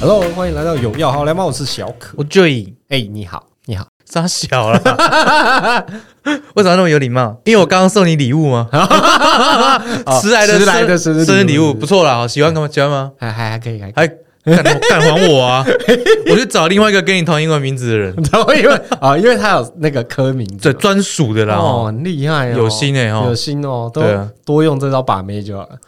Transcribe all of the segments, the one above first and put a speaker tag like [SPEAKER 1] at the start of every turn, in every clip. [SPEAKER 1] Hello，欢迎来到有药好来吗？我是小可。
[SPEAKER 2] 我 Joy
[SPEAKER 1] 哎、你好，你好。
[SPEAKER 2] 傻小了，为什么那么有礼貌？因为我刚刚送你礼物吗？ 迟来的
[SPEAKER 1] 啊迟来的生日礼物
[SPEAKER 2] 生日礼物不错啦，喜欢干嘛？喜欢吗？
[SPEAKER 1] 还还还可以，还可
[SPEAKER 2] 还敢敢还我啊！我去找另外一个跟你同英文名字的人，
[SPEAKER 1] 以。 然后因为啊、因为他有那个科名字
[SPEAKER 2] 这专属的啦。
[SPEAKER 1] 哦，很厉害哦，
[SPEAKER 2] 有心欸哦
[SPEAKER 1] 有心哦，都
[SPEAKER 2] 对啊
[SPEAKER 1] 多用这招把妹就好了。
[SPEAKER 2] 哦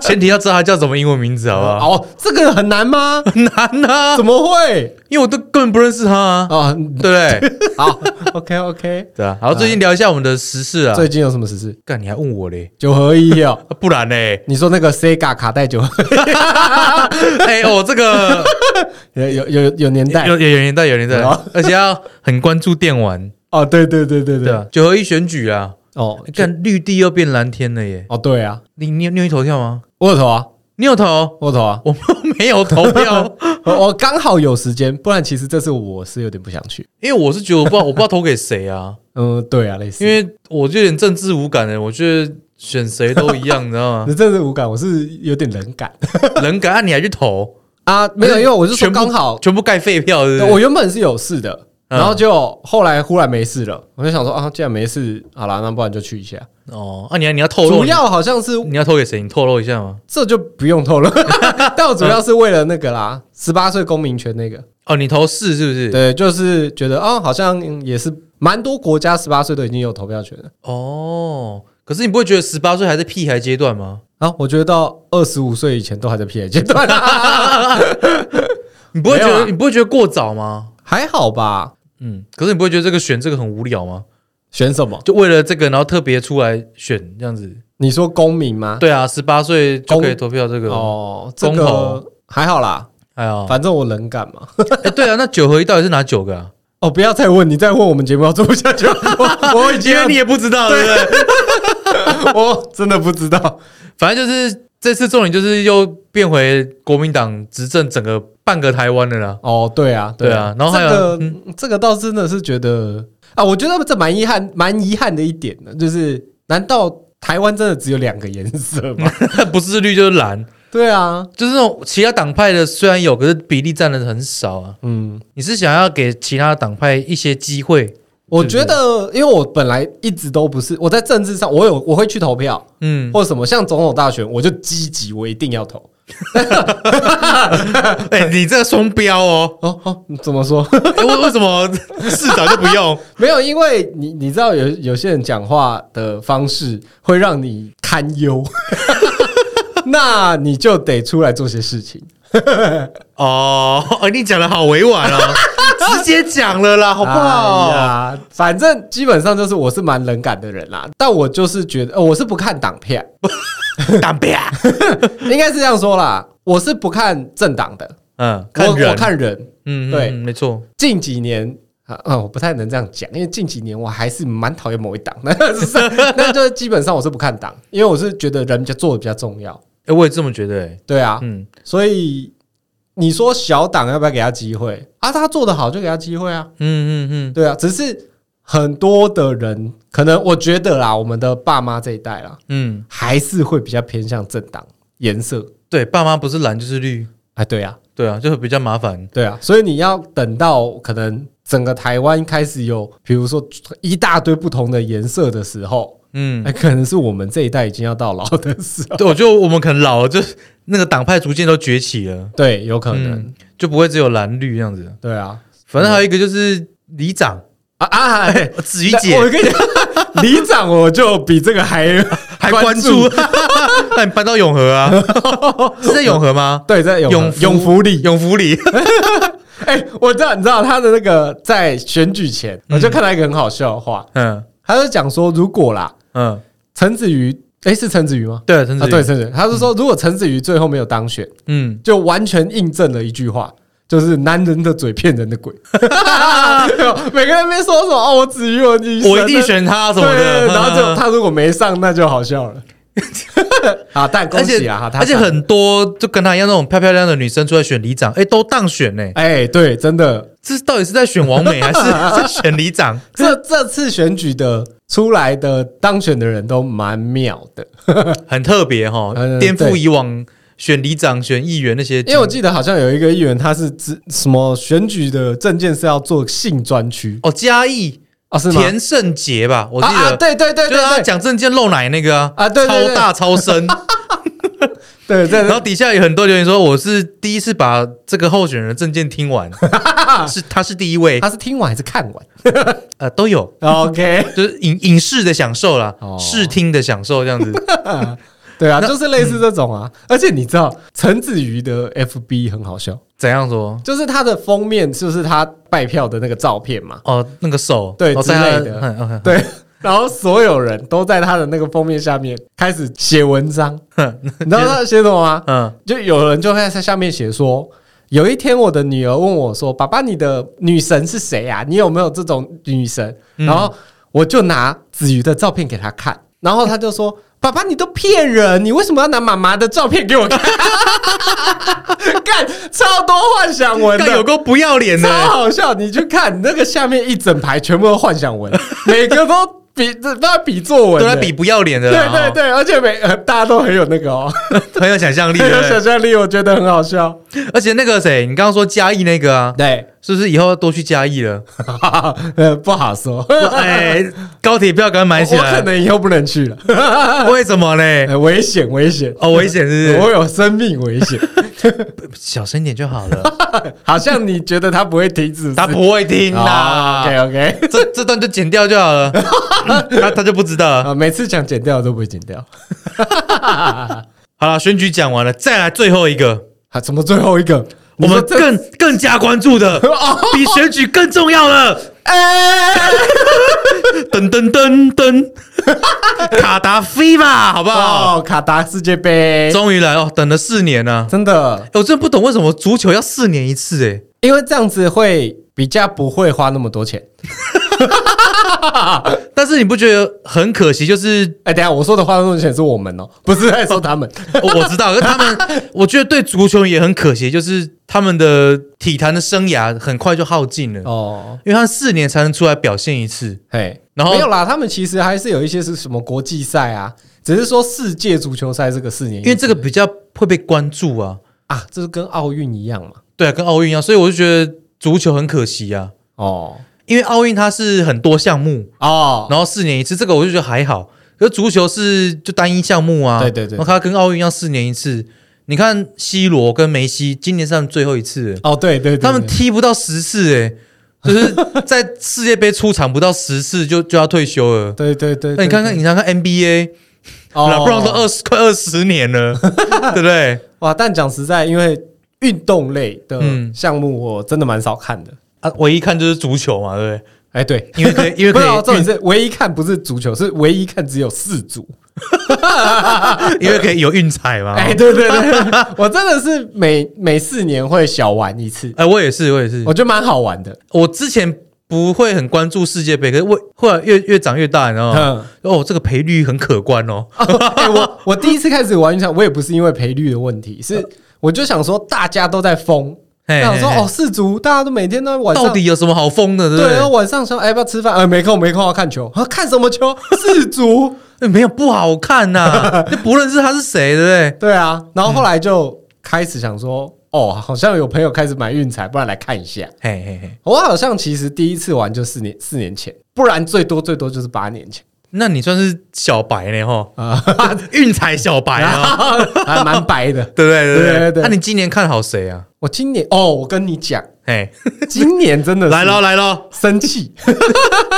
[SPEAKER 2] 前提要知道他叫什么英文名字，好不好？
[SPEAKER 1] 哦，这个很难吗？
[SPEAKER 2] 很难呐、
[SPEAKER 1] 怎么会
[SPEAKER 2] 因为我都根本不认识他啊，
[SPEAKER 1] 啊？
[SPEAKER 2] 对不对？
[SPEAKER 1] 好，OK OK。
[SPEAKER 2] 对啊。好，最近聊一下我们的时事 啊。
[SPEAKER 1] 最近有什么实事？
[SPEAKER 2] 干，你还问我嘞？
[SPEAKER 1] 九合一哦。
[SPEAKER 2] 啊不然嘞？
[SPEAKER 1] 你说那个 Sega 卡带九合
[SPEAKER 2] 哎哦，这个
[SPEAKER 1] 有有有有年代
[SPEAKER 2] 有有有年代有年代
[SPEAKER 1] 哦，
[SPEAKER 2] 而且要很关注电玩。
[SPEAKER 1] 哦，对对对对
[SPEAKER 2] 对啊，九合一选举啊，
[SPEAKER 1] 哦
[SPEAKER 2] 看绿地又变蓝天了耶！
[SPEAKER 1] 哦对啊，
[SPEAKER 2] 你你有你有去投票吗？
[SPEAKER 1] 我有投啊，
[SPEAKER 2] 你有投？
[SPEAKER 1] 我有投啊，
[SPEAKER 2] 我没有投 票，
[SPEAKER 1] 哦我我刚好有时间，不然其实这次我是有点不想去。
[SPEAKER 2] 因为我是觉得我不知道我不知道投给谁啊，
[SPEAKER 1] 嗯，对啊，类似，
[SPEAKER 2] 因为我就有点政治无感的，我觉得选谁都一样，你知道 吗？
[SPEAKER 1] 你真的是无感，我是有点冷感
[SPEAKER 2] 人敢按你还去投，
[SPEAKER 1] 啊。 没有，因为我是说
[SPEAKER 2] 全部
[SPEAKER 1] 刚好，
[SPEAKER 2] 全部盖废票，是不
[SPEAKER 1] 我
[SPEAKER 2] 是？
[SPEAKER 1] 原本是有事的，
[SPEAKER 2] 嗯
[SPEAKER 1] 然后就后来忽然没事了，我就想说啊，既然没事，好啦，那不然就去一下。
[SPEAKER 2] 哦，啊，你要你要透露
[SPEAKER 1] 主
[SPEAKER 2] 你，
[SPEAKER 1] 要好像是
[SPEAKER 2] 你要投给谁？你透露一下吗？
[SPEAKER 1] 这就不用透 露，但我主要是为了那个啦，十八岁公民权那个，
[SPEAKER 2] 哦，你投是是不是？
[SPEAKER 1] 对，就是觉得哦，好像嗯也是蛮多国家十八岁都已经有投票权了。
[SPEAKER 2] 哦，可是你不会觉得十八岁还在屁孩阶段吗？
[SPEAKER 1] 啊，我觉得到二十五岁以前都还在 P 阶段啊，
[SPEAKER 2] 你不会觉
[SPEAKER 1] 没有啊
[SPEAKER 2] 得你不会觉得过早吗？
[SPEAKER 1] 还好吧？
[SPEAKER 2] 嗯，可是你不会觉得这个选这个很无聊吗？
[SPEAKER 1] 选什么？
[SPEAKER 2] 就为了这个，然后特别出来选这样子。
[SPEAKER 1] 你说公民吗？
[SPEAKER 2] 对啊，十八岁就
[SPEAKER 1] 公
[SPEAKER 2] 可以投票这个。哦，
[SPEAKER 1] 哦，这
[SPEAKER 2] 公
[SPEAKER 1] 个
[SPEAKER 2] 投
[SPEAKER 1] 还好啦，
[SPEAKER 2] 哎呀，
[SPEAKER 1] 反正我冷感嘛。
[SPEAKER 2] 哎，对啊，那九合一到底是哪九个啊？
[SPEAKER 1] 哦，不要再问，你再问我们节目要做不下 去了。我我已经
[SPEAKER 2] 因为你也不知道，对不啊对？
[SPEAKER 1] 我真的不知道。
[SPEAKER 2] 反正就是这次重点就是又变回国民党执政整个半个台湾的啦。
[SPEAKER 1] 哦，对啊，
[SPEAKER 2] 对啊然后还
[SPEAKER 1] 这
[SPEAKER 2] 有
[SPEAKER 1] 个、嗯这个倒真的是觉得啊，我觉得这蛮遗憾，蛮遗憾的一点呢，就是难道台湾真的只有两个颜色吗？
[SPEAKER 2] 不是绿就是蓝，
[SPEAKER 1] 对啊，
[SPEAKER 2] 就是那种其他党派的虽然有，可是比例占的很少啊。
[SPEAKER 1] 嗯，
[SPEAKER 2] 你是想要给其他党派一些机会？
[SPEAKER 1] 我觉得，因为我本来一直都不是我在政治上，我有我会去投票，
[SPEAKER 2] 嗯，
[SPEAKER 1] 或什么像总统大选，我就积极，我一定要投。
[SPEAKER 2] 哎、你这个双标哦，
[SPEAKER 1] 哦哦，怎么说？
[SPEAKER 2] 哎为、为什么 市长就不用？
[SPEAKER 1] 没有，因为你你知道有有些人讲话的方式会让你堪忧， 那你就得出来做些事情。
[SPEAKER 2] 哦，哦，你讲的好委婉 哦，直接讲了啦，好哦不
[SPEAKER 1] 哎
[SPEAKER 2] 好？
[SPEAKER 1] 呀反正基本上就是我是蛮冷感的人啦，但我就是觉得、呃我是不看党片，
[SPEAKER 2] 当啪，
[SPEAKER 1] 应该是这样说啦，我是不看政党的，
[SPEAKER 2] 嗯，
[SPEAKER 1] 我
[SPEAKER 2] 看人，
[SPEAKER 1] 我看人。
[SPEAKER 2] 嗯，嗯，
[SPEAKER 1] 对
[SPEAKER 2] 嗯没错，
[SPEAKER 1] 近几年。啊、啊我不太能这样讲，因为近几年我还是蛮讨厌某一党，那 是啊那就是基本上我是不看党，因为我是觉得人比较做的比较重要，
[SPEAKER 2] 哎，我也这么觉得，哎，
[SPEAKER 1] 对啊，
[SPEAKER 2] 嗯，
[SPEAKER 1] 所以你说小党要不要给他机会啊？他做得好就给他机会啊，
[SPEAKER 2] 嗯嗯
[SPEAKER 1] 对啊。只是很多的人可能我觉得啦，我们的爸妈这一代啦，
[SPEAKER 2] 嗯嗯，
[SPEAKER 1] 还是会比较偏向政党颜色。
[SPEAKER 2] 对，爸妈不是蓝就是绿，
[SPEAKER 1] 哎，对啊，
[SPEAKER 2] 对啊，就是比较麻烦，
[SPEAKER 1] 对啊。所以你要等到可能整个台湾开始有，比如说一大堆不同的颜色的时候，
[SPEAKER 2] 嗯
[SPEAKER 1] 哎，，可能是我们这一代已经要到老的时候。
[SPEAKER 2] 对，我觉得我们可能老了，就是那个党派逐渐都崛起了，
[SPEAKER 1] 对，有可能，
[SPEAKER 2] 嗯就不会只有蓝绿这样子。
[SPEAKER 1] 对啊。
[SPEAKER 2] 反正还有一个就是里长
[SPEAKER 1] 啊啊！哎
[SPEAKER 2] 子瑜姐
[SPEAKER 1] 我跟你讲， 里长我就比这个还
[SPEAKER 2] 还关注， 那你搬到永和 啊？是在永和吗？
[SPEAKER 1] 对，在永
[SPEAKER 2] 永福
[SPEAKER 1] 永福里。
[SPEAKER 2] 永福里，
[SPEAKER 1] 哎、我知道，你知道他的那个在选举前，我就看到一个很好笑的话，
[SPEAKER 2] 嗯
[SPEAKER 1] 他就讲说，如果啦，
[SPEAKER 2] 嗯，
[SPEAKER 1] 陈子瑜，哎、是陈子瑜吗？
[SPEAKER 2] 对，陈子
[SPEAKER 1] 啊，
[SPEAKER 2] 瑜
[SPEAKER 1] 对，，陈子瑜，他是说，如果陈子瑜最后没有当选，
[SPEAKER 2] 嗯，
[SPEAKER 1] 就完全印证了一句话。就是男人的嘴骗人的鬼， 每个人没说什么哦，我子瑜我女神
[SPEAKER 2] 我一定选他什
[SPEAKER 1] 对
[SPEAKER 2] 么
[SPEAKER 1] 对
[SPEAKER 2] 的，
[SPEAKER 1] 对，然后就
[SPEAKER 2] 嗯。
[SPEAKER 1] 他如果没上，那就好笑 了。好，但恭
[SPEAKER 2] 而且
[SPEAKER 1] 喜啊！哈他
[SPEAKER 2] 而且
[SPEAKER 1] 上
[SPEAKER 2] 很多就跟他一样那种漂漂亮的女生出来选里长，哎，都当选呢。
[SPEAKER 1] 哎、对，真的，
[SPEAKER 2] 这到底是在选王美还 是在选里长？
[SPEAKER 1] 这这次选举的出来的当选的人都蛮妙的，
[SPEAKER 2] 很特别哈
[SPEAKER 1] 嗯，
[SPEAKER 2] 颠覆
[SPEAKER 1] 对
[SPEAKER 2] 以往选里长、选议员那些，
[SPEAKER 1] 因为我记得好像有一个议员，他是指什么选举的证件是要做性专区
[SPEAKER 2] 哦，嘉义
[SPEAKER 1] 啊？是吗？
[SPEAKER 2] 田胜杰吧，我记
[SPEAKER 1] 啊啊，
[SPEAKER 2] 得，
[SPEAKER 1] 对对对
[SPEAKER 2] 就是他
[SPEAKER 1] 对对
[SPEAKER 2] 讲证件露奶那个啊，
[SPEAKER 1] 啊，对对
[SPEAKER 2] 超
[SPEAKER 1] 对
[SPEAKER 2] 大超深，
[SPEAKER 1] 对对
[SPEAKER 2] 然
[SPEAKER 1] 对
[SPEAKER 2] 后底下有很多留言说我是第一次把这个候选人的证件听 完，是他是第一位，
[SPEAKER 1] 他是听完还是看完
[SPEAKER 2] 呃，都有，
[SPEAKER 1] ？OK，
[SPEAKER 2] 就是影影视的享受啦
[SPEAKER 1] 哦，
[SPEAKER 2] 视听的享受 这样子，
[SPEAKER 1] 对啊，就是类似这种啊。而且你知道陈子瑜的 FB 很好笑，
[SPEAKER 2] 怎样说？
[SPEAKER 1] 就是他的封面就是他拜票的那个照片嘛，
[SPEAKER 2] 哦，那个手
[SPEAKER 1] 对
[SPEAKER 2] 哦
[SPEAKER 1] 之
[SPEAKER 2] 在他
[SPEAKER 1] 类的
[SPEAKER 2] 嗯嗯嗯
[SPEAKER 1] 对。然后所有人都在他的那个封面下面开始写文章，你知道他写什么吗？
[SPEAKER 2] 嗯，
[SPEAKER 1] 就有人就会在下面写说，有一天我的女儿问我说：“爸爸，你的女神是谁啊？你有没有这种女神？”
[SPEAKER 2] 嗯
[SPEAKER 1] 然后我就拿子瑜的照片给她看，然后她就说：“爸爸，你都骗人！你为什么要拿妈妈的照片给我看？” 干超多幻想文
[SPEAKER 2] 干有
[SPEAKER 1] 的。
[SPEAKER 2] 够不要脸
[SPEAKER 1] 超
[SPEAKER 2] 的，
[SPEAKER 1] 好笑！你去看那个下面一整排，全部都幻想文， 每个都比都在比作文
[SPEAKER 2] 都
[SPEAKER 1] 的，
[SPEAKER 2] 在比不要脸的啊
[SPEAKER 1] 对
[SPEAKER 2] 啦，
[SPEAKER 1] 对对，而且每、呃、大家都很有那个哦，
[SPEAKER 2] 对，很有想象力，
[SPEAKER 1] 很
[SPEAKER 2] 对
[SPEAKER 1] 有
[SPEAKER 2] 不
[SPEAKER 1] 想
[SPEAKER 2] 对
[SPEAKER 1] 象力，我觉得很好笑。
[SPEAKER 2] 而且那个谁，你刚刚说嘉义那个啊，
[SPEAKER 1] 对，
[SPEAKER 2] 是不是以后要多去嘉义了？
[SPEAKER 1] 呃，不好 说，
[SPEAKER 2] 哎，高铁票赶快买 起
[SPEAKER 1] 我可
[SPEAKER 2] 来，
[SPEAKER 1] 能以后不能去了，
[SPEAKER 2] 为什么呢？
[SPEAKER 1] 呃危险，危险，
[SPEAKER 2] 哦，危险是不
[SPEAKER 1] 我有生命危 险。
[SPEAKER 2] 是？小声一点就好了，
[SPEAKER 1] 好像你觉得他不会停止，哦
[SPEAKER 2] 他不啊会 听
[SPEAKER 1] ，OK
[SPEAKER 2] 啦，
[SPEAKER 1] OK，
[SPEAKER 2] 这这段就剪掉就 好了，他他就不知道了。
[SPEAKER 1] 啊，每次想剪掉都不会剪掉。
[SPEAKER 2] 好了，选举讲完了，再来最后一个，
[SPEAKER 1] 啊，怎么最后一个？哦
[SPEAKER 2] 我
[SPEAKER 1] 你说
[SPEAKER 2] 们
[SPEAKER 1] 这
[SPEAKER 2] 更更加关注 的，比选举更重要了。
[SPEAKER 1] 哎，
[SPEAKER 2] 噔噔噔 噔，卡达菲吧，好不好？
[SPEAKER 1] 哦，卡达世界杯，
[SPEAKER 2] 终于来哦，等了四年呢、
[SPEAKER 1] 真的，
[SPEAKER 2] 哎我真的不懂为什么足球要四年一次、哎，
[SPEAKER 1] 因为这样子会比较不会花那么多钱。
[SPEAKER 2] 但是你不觉得很可惜？就是
[SPEAKER 1] 哎，等一下我说的花那么多钱是我们哦，不是在说他们。
[SPEAKER 2] 哦我我知道，可是他们， 我觉得对足球也很可惜，就是他们的体坛的生涯很快就耗尽了，
[SPEAKER 1] 哦，
[SPEAKER 2] 因为他四年才能出来表现一次。
[SPEAKER 1] 嘿，
[SPEAKER 2] 然后
[SPEAKER 1] 没有啦，他们其实还是有一些是什么国际赛啊，只是说世界足球赛这个四年一次，
[SPEAKER 2] 因为这个比较会被关注啊，
[SPEAKER 1] 啊，这是跟奥运一样嘛。
[SPEAKER 2] 对啊，跟奥运一样，所以我就觉得足球很可惜啊，
[SPEAKER 1] 哦
[SPEAKER 2] 因为奥运它是很多项目，
[SPEAKER 1] 哦，
[SPEAKER 2] 然后四年一次，这个我就觉得还好。可是足球是就单一项目啊，
[SPEAKER 1] 对对对
[SPEAKER 2] 然后它跟奥运一样四年一次。你看 C 罗跟梅西，今年是他们最后一次了，
[SPEAKER 1] 哦对对对，
[SPEAKER 2] 他们
[SPEAKER 1] 对
[SPEAKER 2] 踢不到十次哎、就是在世界杯出场不到十次就就要退休了。
[SPEAKER 1] 对对对，哦
[SPEAKER 2] 那你看看，你看看 NBA，拉布朗都
[SPEAKER 1] 二
[SPEAKER 2] 二十快二十 年了，对不对？
[SPEAKER 1] 哇，但讲实在，因为运动类的
[SPEAKER 2] 嗯
[SPEAKER 1] 项目我真的蛮少看的。
[SPEAKER 2] 啊，唯一看就是足球嘛，对不对？
[SPEAKER 1] 哎，对，
[SPEAKER 2] 因为可 以，因为
[SPEAKER 1] 不
[SPEAKER 2] 可
[SPEAKER 1] 是
[SPEAKER 2] 以
[SPEAKER 1] 哦，重
[SPEAKER 2] 运
[SPEAKER 1] 点是唯一看不是足球，是唯一看只有四组。
[SPEAKER 2] 因为可以有运彩嘛。
[SPEAKER 1] 哎，对对对， 我真的是每每四年会小玩一次，
[SPEAKER 2] 哎，我也是，我也是
[SPEAKER 1] 我，觉得蛮好玩的。
[SPEAKER 2] 我之前不会很关注世界杯，可是我后来越越长越大，你知道吗？
[SPEAKER 1] 嗯，
[SPEAKER 2] 哦，这个赔率很可观哦。
[SPEAKER 1] 哎、我我第一次开始玩运彩，我也不是因为赔率的问题，
[SPEAKER 2] 呃
[SPEAKER 1] 是我就想说大家都在疯，
[SPEAKER 2] 嘿
[SPEAKER 1] 想说
[SPEAKER 2] 嘿嘿
[SPEAKER 1] 哦，四足大家都每天都在晚上
[SPEAKER 2] 哎到底有什么好疯的，对不
[SPEAKER 1] 对，
[SPEAKER 2] 对
[SPEAKER 1] 然后晚上说哎要不要吃饭？呃，没空没空要看球， 啊看什么球？四 足，
[SPEAKER 2] 哎？没有不好 看呐，就不认识他是谁，对不对？
[SPEAKER 1] 对啊，然后后来就开始想
[SPEAKER 2] 嗯
[SPEAKER 1] 说，哦，好像有朋友开始买运彩，不然来看一下。
[SPEAKER 2] 嘿嘿嘿，
[SPEAKER 1] 我好像其实第一次玩就四年四年前，不然最多最多就是八年前
[SPEAKER 2] 那你算是小白 呢哈，
[SPEAKER 1] 啊，
[SPEAKER 2] 运彩小 白啊，
[SPEAKER 1] 还蛮白的。
[SPEAKER 2] 对不对？对
[SPEAKER 1] 对
[SPEAKER 2] 不
[SPEAKER 1] 对
[SPEAKER 2] 对？那你今年看好谁啊？
[SPEAKER 1] 我今年哦，我跟你讲，
[SPEAKER 2] 嘿，
[SPEAKER 1] 今年真的是
[SPEAKER 2] 来喽来喽，
[SPEAKER 1] 生气。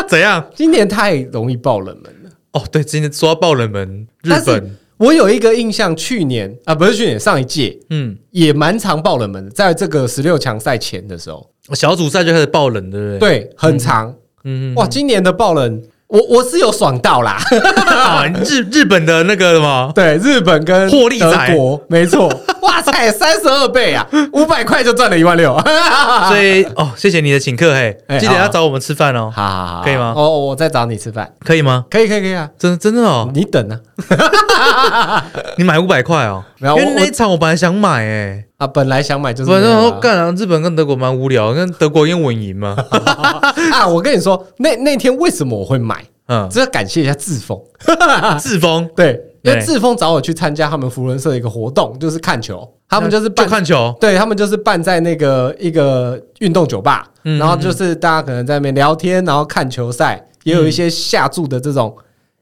[SPEAKER 2] 怎样？
[SPEAKER 1] 今年太容易爆冷门了。
[SPEAKER 2] 哦，对，今天说到爆冷门，日
[SPEAKER 1] 但是
[SPEAKER 2] 本，
[SPEAKER 1] 我有一个印象，去年啊，不是去年，上一届
[SPEAKER 2] 嗯，
[SPEAKER 1] 也蛮常爆冷门的，在这个十六强赛前的时候，
[SPEAKER 2] 小组赛就开始爆冷，对不对？，
[SPEAKER 1] 对，很长。
[SPEAKER 2] 嗯，
[SPEAKER 1] 哇，今年的爆冷，我我是有爽到 啦。
[SPEAKER 2] 啊，日日本的那个什么，
[SPEAKER 1] 对，日本跟
[SPEAKER 2] 获利
[SPEAKER 1] 德
[SPEAKER 2] 仔
[SPEAKER 1] 国，没 错。哇塞，三十二倍啊，五百块就赚了一万 六。
[SPEAKER 2] 所以哦，谢谢你的请客，嘿
[SPEAKER 1] 哎，
[SPEAKER 2] 记得
[SPEAKER 1] 好
[SPEAKER 2] 要找我们吃饭哦，
[SPEAKER 1] 好好好，
[SPEAKER 2] 可以吗
[SPEAKER 1] 哦，我再找你吃饭，
[SPEAKER 2] 可以吗？
[SPEAKER 1] 可以可以可以啊，
[SPEAKER 2] 真真的哦，
[SPEAKER 1] 你等啊
[SPEAKER 2] 你买五百块哦，
[SPEAKER 1] 嗯没
[SPEAKER 2] 因
[SPEAKER 1] 有
[SPEAKER 2] 为
[SPEAKER 1] 我
[SPEAKER 2] 那一场我本来想买哎，
[SPEAKER 1] 啊，本来想买就是
[SPEAKER 2] 反
[SPEAKER 1] 没
[SPEAKER 2] 正
[SPEAKER 1] 有
[SPEAKER 2] 我
[SPEAKER 1] 啊
[SPEAKER 2] 说干啊，日本跟德国蛮无聊，跟德国因为稳赢 嘛，
[SPEAKER 1] 啊，我跟你说，那那天为什么我会买，
[SPEAKER 2] 嗯，
[SPEAKER 1] 这要感谢一下志峰。
[SPEAKER 2] 自封
[SPEAKER 1] 对，因为
[SPEAKER 2] 对
[SPEAKER 1] 志峰找我去参加他们福伦社的一个活动，就是看球，他们就是
[SPEAKER 2] 就
[SPEAKER 1] 办
[SPEAKER 2] 看球，
[SPEAKER 1] 对他们就是办在那个一个运动酒吧，
[SPEAKER 2] 嗯
[SPEAKER 1] 然后就是大家可能在那边聊天，然后看球赛，也有一些下注的这种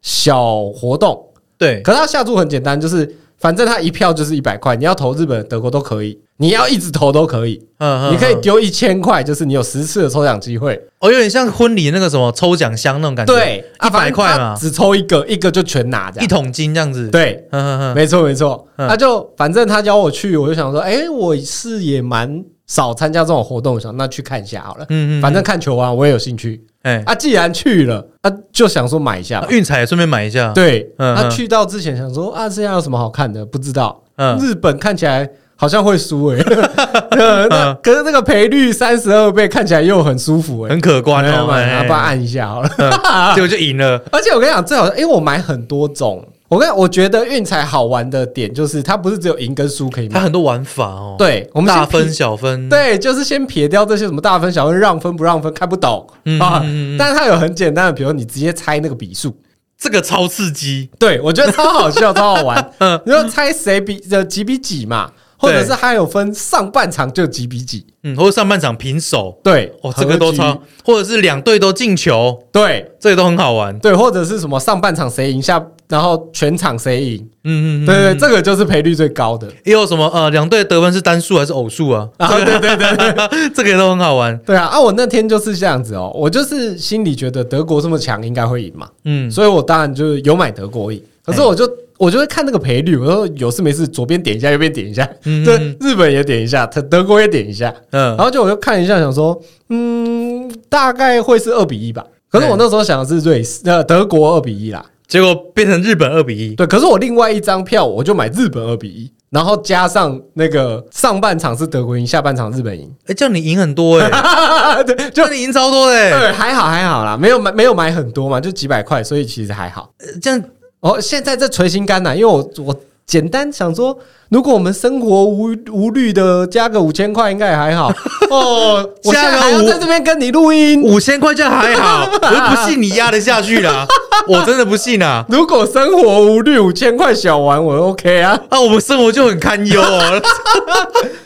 [SPEAKER 1] 小活动。
[SPEAKER 2] 对，
[SPEAKER 1] 可是它下注很简单，就是反正它一票就是一百块，你要投日本、德国都可以，你要一直投都可以，
[SPEAKER 2] 嗯
[SPEAKER 1] 你可以
[SPEAKER 2] 嗯
[SPEAKER 1] 丢一千块，就是你有十次的抽奖机会。
[SPEAKER 2] 哦，有点像婚礼那个什么抽奖箱那种感觉，
[SPEAKER 1] 对，啊
[SPEAKER 2] 一百块
[SPEAKER 1] 反正它
[SPEAKER 2] 嘛，
[SPEAKER 1] 只抽一个，一个就全拿这
[SPEAKER 2] 一
[SPEAKER 1] 样。
[SPEAKER 2] 桶金这样子，，
[SPEAKER 1] 对，
[SPEAKER 2] 嗯嗯嗯，
[SPEAKER 1] 没错没错，
[SPEAKER 2] 嗯
[SPEAKER 1] 他就反正他邀我去，我就想说，哎，我是也蛮少参加这种活动，我想那去看一下好了。
[SPEAKER 2] 嗯嗯嗯
[SPEAKER 1] 反正看球啊，我也有兴趣
[SPEAKER 2] 哎，
[SPEAKER 1] 啊。既然去了，啊，就想说买一下
[SPEAKER 2] 啊。运彩也顺便买一下，，
[SPEAKER 1] 对，
[SPEAKER 2] 嗯
[SPEAKER 1] 他
[SPEAKER 2] 嗯
[SPEAKER 1] 去到之前想说啊，这样有什么好看的？不知道。
[SPEAKER 2] 嗯，
[SPEAKER 1] 日本看起来好像会输 哎， 呃那
[SPEAKER 2] 嗯
[SPEAKER 1] 可是那个赔率三十二倍，看起来又很舒服哎。
[SPEAKER 2] 很可观
[SPEAKER 1] 没有
[SPEAKER 2] 哦，
[SPEAKER 1] 买
[SPEAKER 2] 哎
[SPEAKER 1] 啊，帮他按一下好了。
[SPEAKER 2] 嗯结果就赢 了，
[SPEAKER 1] 而且我跟你讲，最好因为我买很多种，我跟我觉得运彩好玩的点就是它不是只有赢跟输可以
[SPEAKER 2] 它
[SPEAKER 1] 买，
[SPEAKER 2] 很多玩法哦，，
[SPEAKER 1] 对，我们先
[SPEAKER 2] 大
[SPEAKER 1] 撇
[SPEAKER 2] 分小分，，
[SPEAKER 1] 对，就是先撇掉这些什么大分小分、让分不让分看不懂
[SPEAKER 2] 嗯
[SPEAKER 1] 啊
[SPEAKER 2] 嗯嗯嗯，
[SPEAKER 1] 但是它有很简单的，比如你直接猜那个比数，
[SPEAKER 2] 这个超刺激，
[SPEAKER 1] 对我觉得超好笑、超好玩
[SPEAKER 2] 嗯，
[SPEAKER 1] 你就猜谁比呃几比几嘛，或者
[SPEAKER 2] 对
[SPEAKER 1] 是还有分上半场就几比几，
[SPEAKER 2] 嗯，或者上半场平手，
[SPEAKER 1] 对，
[SPEAKER 2] 哦，这个
[SPEAKER 1] 合
[SPEAKER 2] 都
[SPEAKER 1] 局
[SPEAKER 2] 超，或者是两队都进球，
[SPEAKER 1] 对
[SPEAKER 2] 这个都很好玩，
[SPEAKER 1] 对，或者是什么上半场谁赢下，然后全场谁赢，
[SPEAKER 2] 嗯嗯，嗯
[SPEAKER 1] 对对，，这个就是赔率最高的。
[SPEAKER 2] 也有什么呃，两队得分是单数还是偶数啊？
[SPEAKER 1] 啊，对对对对
[SPEAKER 2] 这个也都很好玩，
[SPEAKER 1] 对啊！啊，我那天就是这样子哦，我就是心里觉得德国这么强，应该会赢嘛，
[SPEAKER 2] 嗯，哎
[SPEAKER 1] 所以我当然就是有买德国赢。可是我就我就会看那个赔率，我说有事没事，左边点一下，右边点一下，
[SPEAKER 2] 嗯
[SPEAKER 1] 对，日本也点一下，德德国也点一下，
[SPEAKER 2] 嗯
[SPEAKER 1] 然，后就我就看一下，想说，嗯，大概会是二比一吧。可是
[SPEAKER 2] 哎
[SPEAKER 1] 我那时候想的是瑞士，呃，德国二比一啦，
[SPEAKER 2] 结果变成日本二比一，
[SPEAKER 1] 对。可是我另外一张票我就买日本二比一，然后加上那个上半场是德国赢，下半场日本赢，
[SPEAKER 2] 哎，这样你赢很多哎，
[SPEAKER 1] 对， 就
[SPEAKER 2] 这样你赢超多哎，
[SPEAKER 1] 对， 还好还好啦，没有买没有买很多嘛，就几百块，所以其实还好。
[SPEAKER 2] 这样
[SPEAKER 1] 哦，现在在捶心肝呐、因为我我简单想说，如果我们生活无无虑的加个五千块，应该也还 好。哦，我现
[SPEAKER 2] 加
[SPEAKER 1] 在
[SPEAKER 2] 个
[SPEAKER 1] 还要
[SPEAKER 2] 五
[SPEAKER 1] 在这边跟你录音。
[SPEAKER 2] 五千块就还好，我就不信你压得下 去啦，我真的不信啊。
[SPEAKER 1] 如果生活无虑，五千块小玩我 OK 啊，
[SPEAKER 2] 啊，我们生活就很堪忧 哦。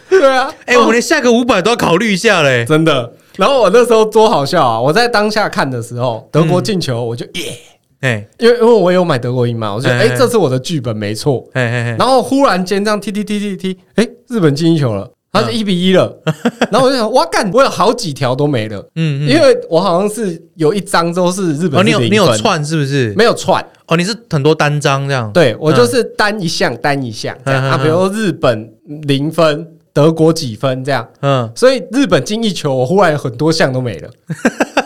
[SPEAKER 1] 对啊，
[SPEAKER 2] 哎、我们连下个五百都要考虑一下嘞。
[SPEAKER 1] 真的。然后我那时候多好笑啊！我在当下看的时候，德国进球，我就耶，
[SPEAKER 2] 哎
[SPEAKER 1] 因为因为我有买德国赢嘛，我就
[SPEAKER 2] 哎
[SPEAKER 1] 哎、
[SPEAKER 2] 哎
[SPEAKER 1] 这是我的剧本没错。
[SPEAKER 2] 哎哎哎，
[SPEAKER 1] 然后忽然间这样踢踢踢踢踢，哎，日本进一球了，它
[SPEAKER 2] 嗯
[SPEAKER 1] 是一比一了。 然后我就想，哇干，我有好几条都没了，
[SPEAKER 2] 嗯
[SPEAKER 1] 因为我好像是有一张都是日
[SPEAKER 2] 哦，
[SPEAKER 1] 本
[SPEAKER 2] 你
[SPEAKER 1] 是
[SPEAKER 2] 有
[SPEAKER 1] 零
[SPEAKER 2] 你有
[SPEAKER 1] 分，
[SPEAKER 2] 串是不是？
[SPEAKER 1] 没有串，
[SPEAKER 2] 哦，你是很多单张这样。
[SPEAKER 1] 对我就是单一项单一项这样
[SPEAKER 2] 嗯嗯
[SPEAKER 1] 啊，比如说日本零分，德国几分这样。
[SPEAKER 2] 嗯，
[SPEAKER 1] 所以日本进一球，我忽然有很多项都 没了，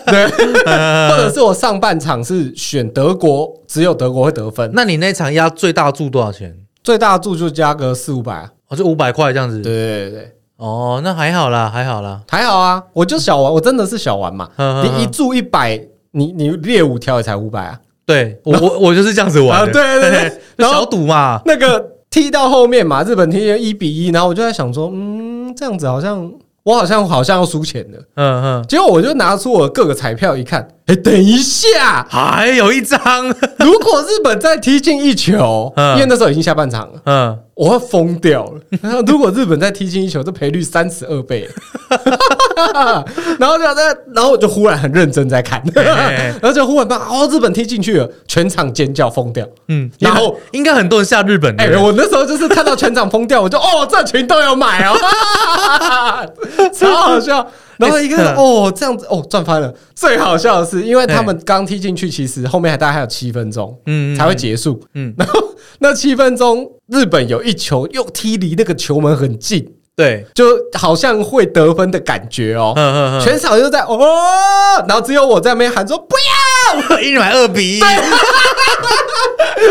[SPEAKER 1] 对，
[SPEAKER 2] 嗯
[SPEAKER 1] 或者是我上半场是选德国，只有德国会得分，
[SPEAKER 2] 那你那场压最大注多少钱？
[SPEAKER 1] 最大注就加个四五百啊，
[SPEAKER 2] 哦，就五百块这样
[SPEAKER 1] 对
[SPEAKER 2] 子。
[SPEAKER 1] 对对对，
[SPEAKER 2] 哦，那还好啦，还好啦。
[SPEAKER 1] 还好啊，我就小玩，我真的是小玩嘛。
[SPEAKER 2] 嗯嗯嗯
[SPEAKER 1] 你一注一百，你你列五条也才五百啊。
[SPEAKER 2] 对我我我就是这样子玩
[SPEAKER 1] 啊，
[SPEAKER 2] 的。
[SPEAKER 1] 对对
[SPEAKER 2] 嘿
[SPEAKER 1] 对
[SPEAKER 2] 嘿，
[SPEAKER 1] 然
[SPEAKER 2] 小
[SPEAKER 1] 后
[SPEAKER 2] 赌嘛。
[SPEAKER 1] 那 个踢到后面嘛，日本踢一比一，然后我就在想说，嗯，这样子好像我好像好像要输钱了。
[SPEAKER 2] 嗯嗯，
[SPEAKER 1] 结果我就拿出我各个彩票一看，哎、等一下，
[SPEAKER 2] 还有一张。
[SPEAKER 1] 如果日本再踢进一球，
[SPEAKER 2] 嗯
[SPEAKER 1] 因为那时候已经下半场了。
[SPEAKER 2] 嗯，
[SPEAKER 1] 我要疯掉了！ 如果日本再踢进一球，这赔率三十二倍。 然后就在，然后我就忽然很认真在看，
[SPEAKER 2] 嘿嘿
[SPEAKER 1] 然后就忽然把哦，日本踢进去了，全场尖叫疯掉。
[SPEAKER 2] 嗯，
[SPEAKER 1] 然后
[SPEAKER 2] 应该很多人下日本的，
[SPEAKER 1] 哎、我那时候就是看到全场疯掉，我就哦，这群都有买 哦，超好笑。然后一个人
[SPEAKER 2] 哎是
[SPEAKER 1] 哦，这样子哦，赚翻了。最好笑的是，因为他们刚踢进去，其实后面还大概还有七分钟，
[SPEAKER 2] 嗯嗯
[SPEAKER 1] 嗯，才会结束。
[SPEAKER 2] 嗯，
[SPEAKER 1] 然后那七分钟，日本有一球又踢离那个球门很近，
[SPEAKER 2] 对，
[SPEAKER 1] 就好像会得分的感觉哦。
[SPEAKER 2] 嗯嗯
[SPEAKER 1] 全场就在哦，然后只有我在那边喊说不要，
[SPEAKER 2] 嗯，一人买二比一，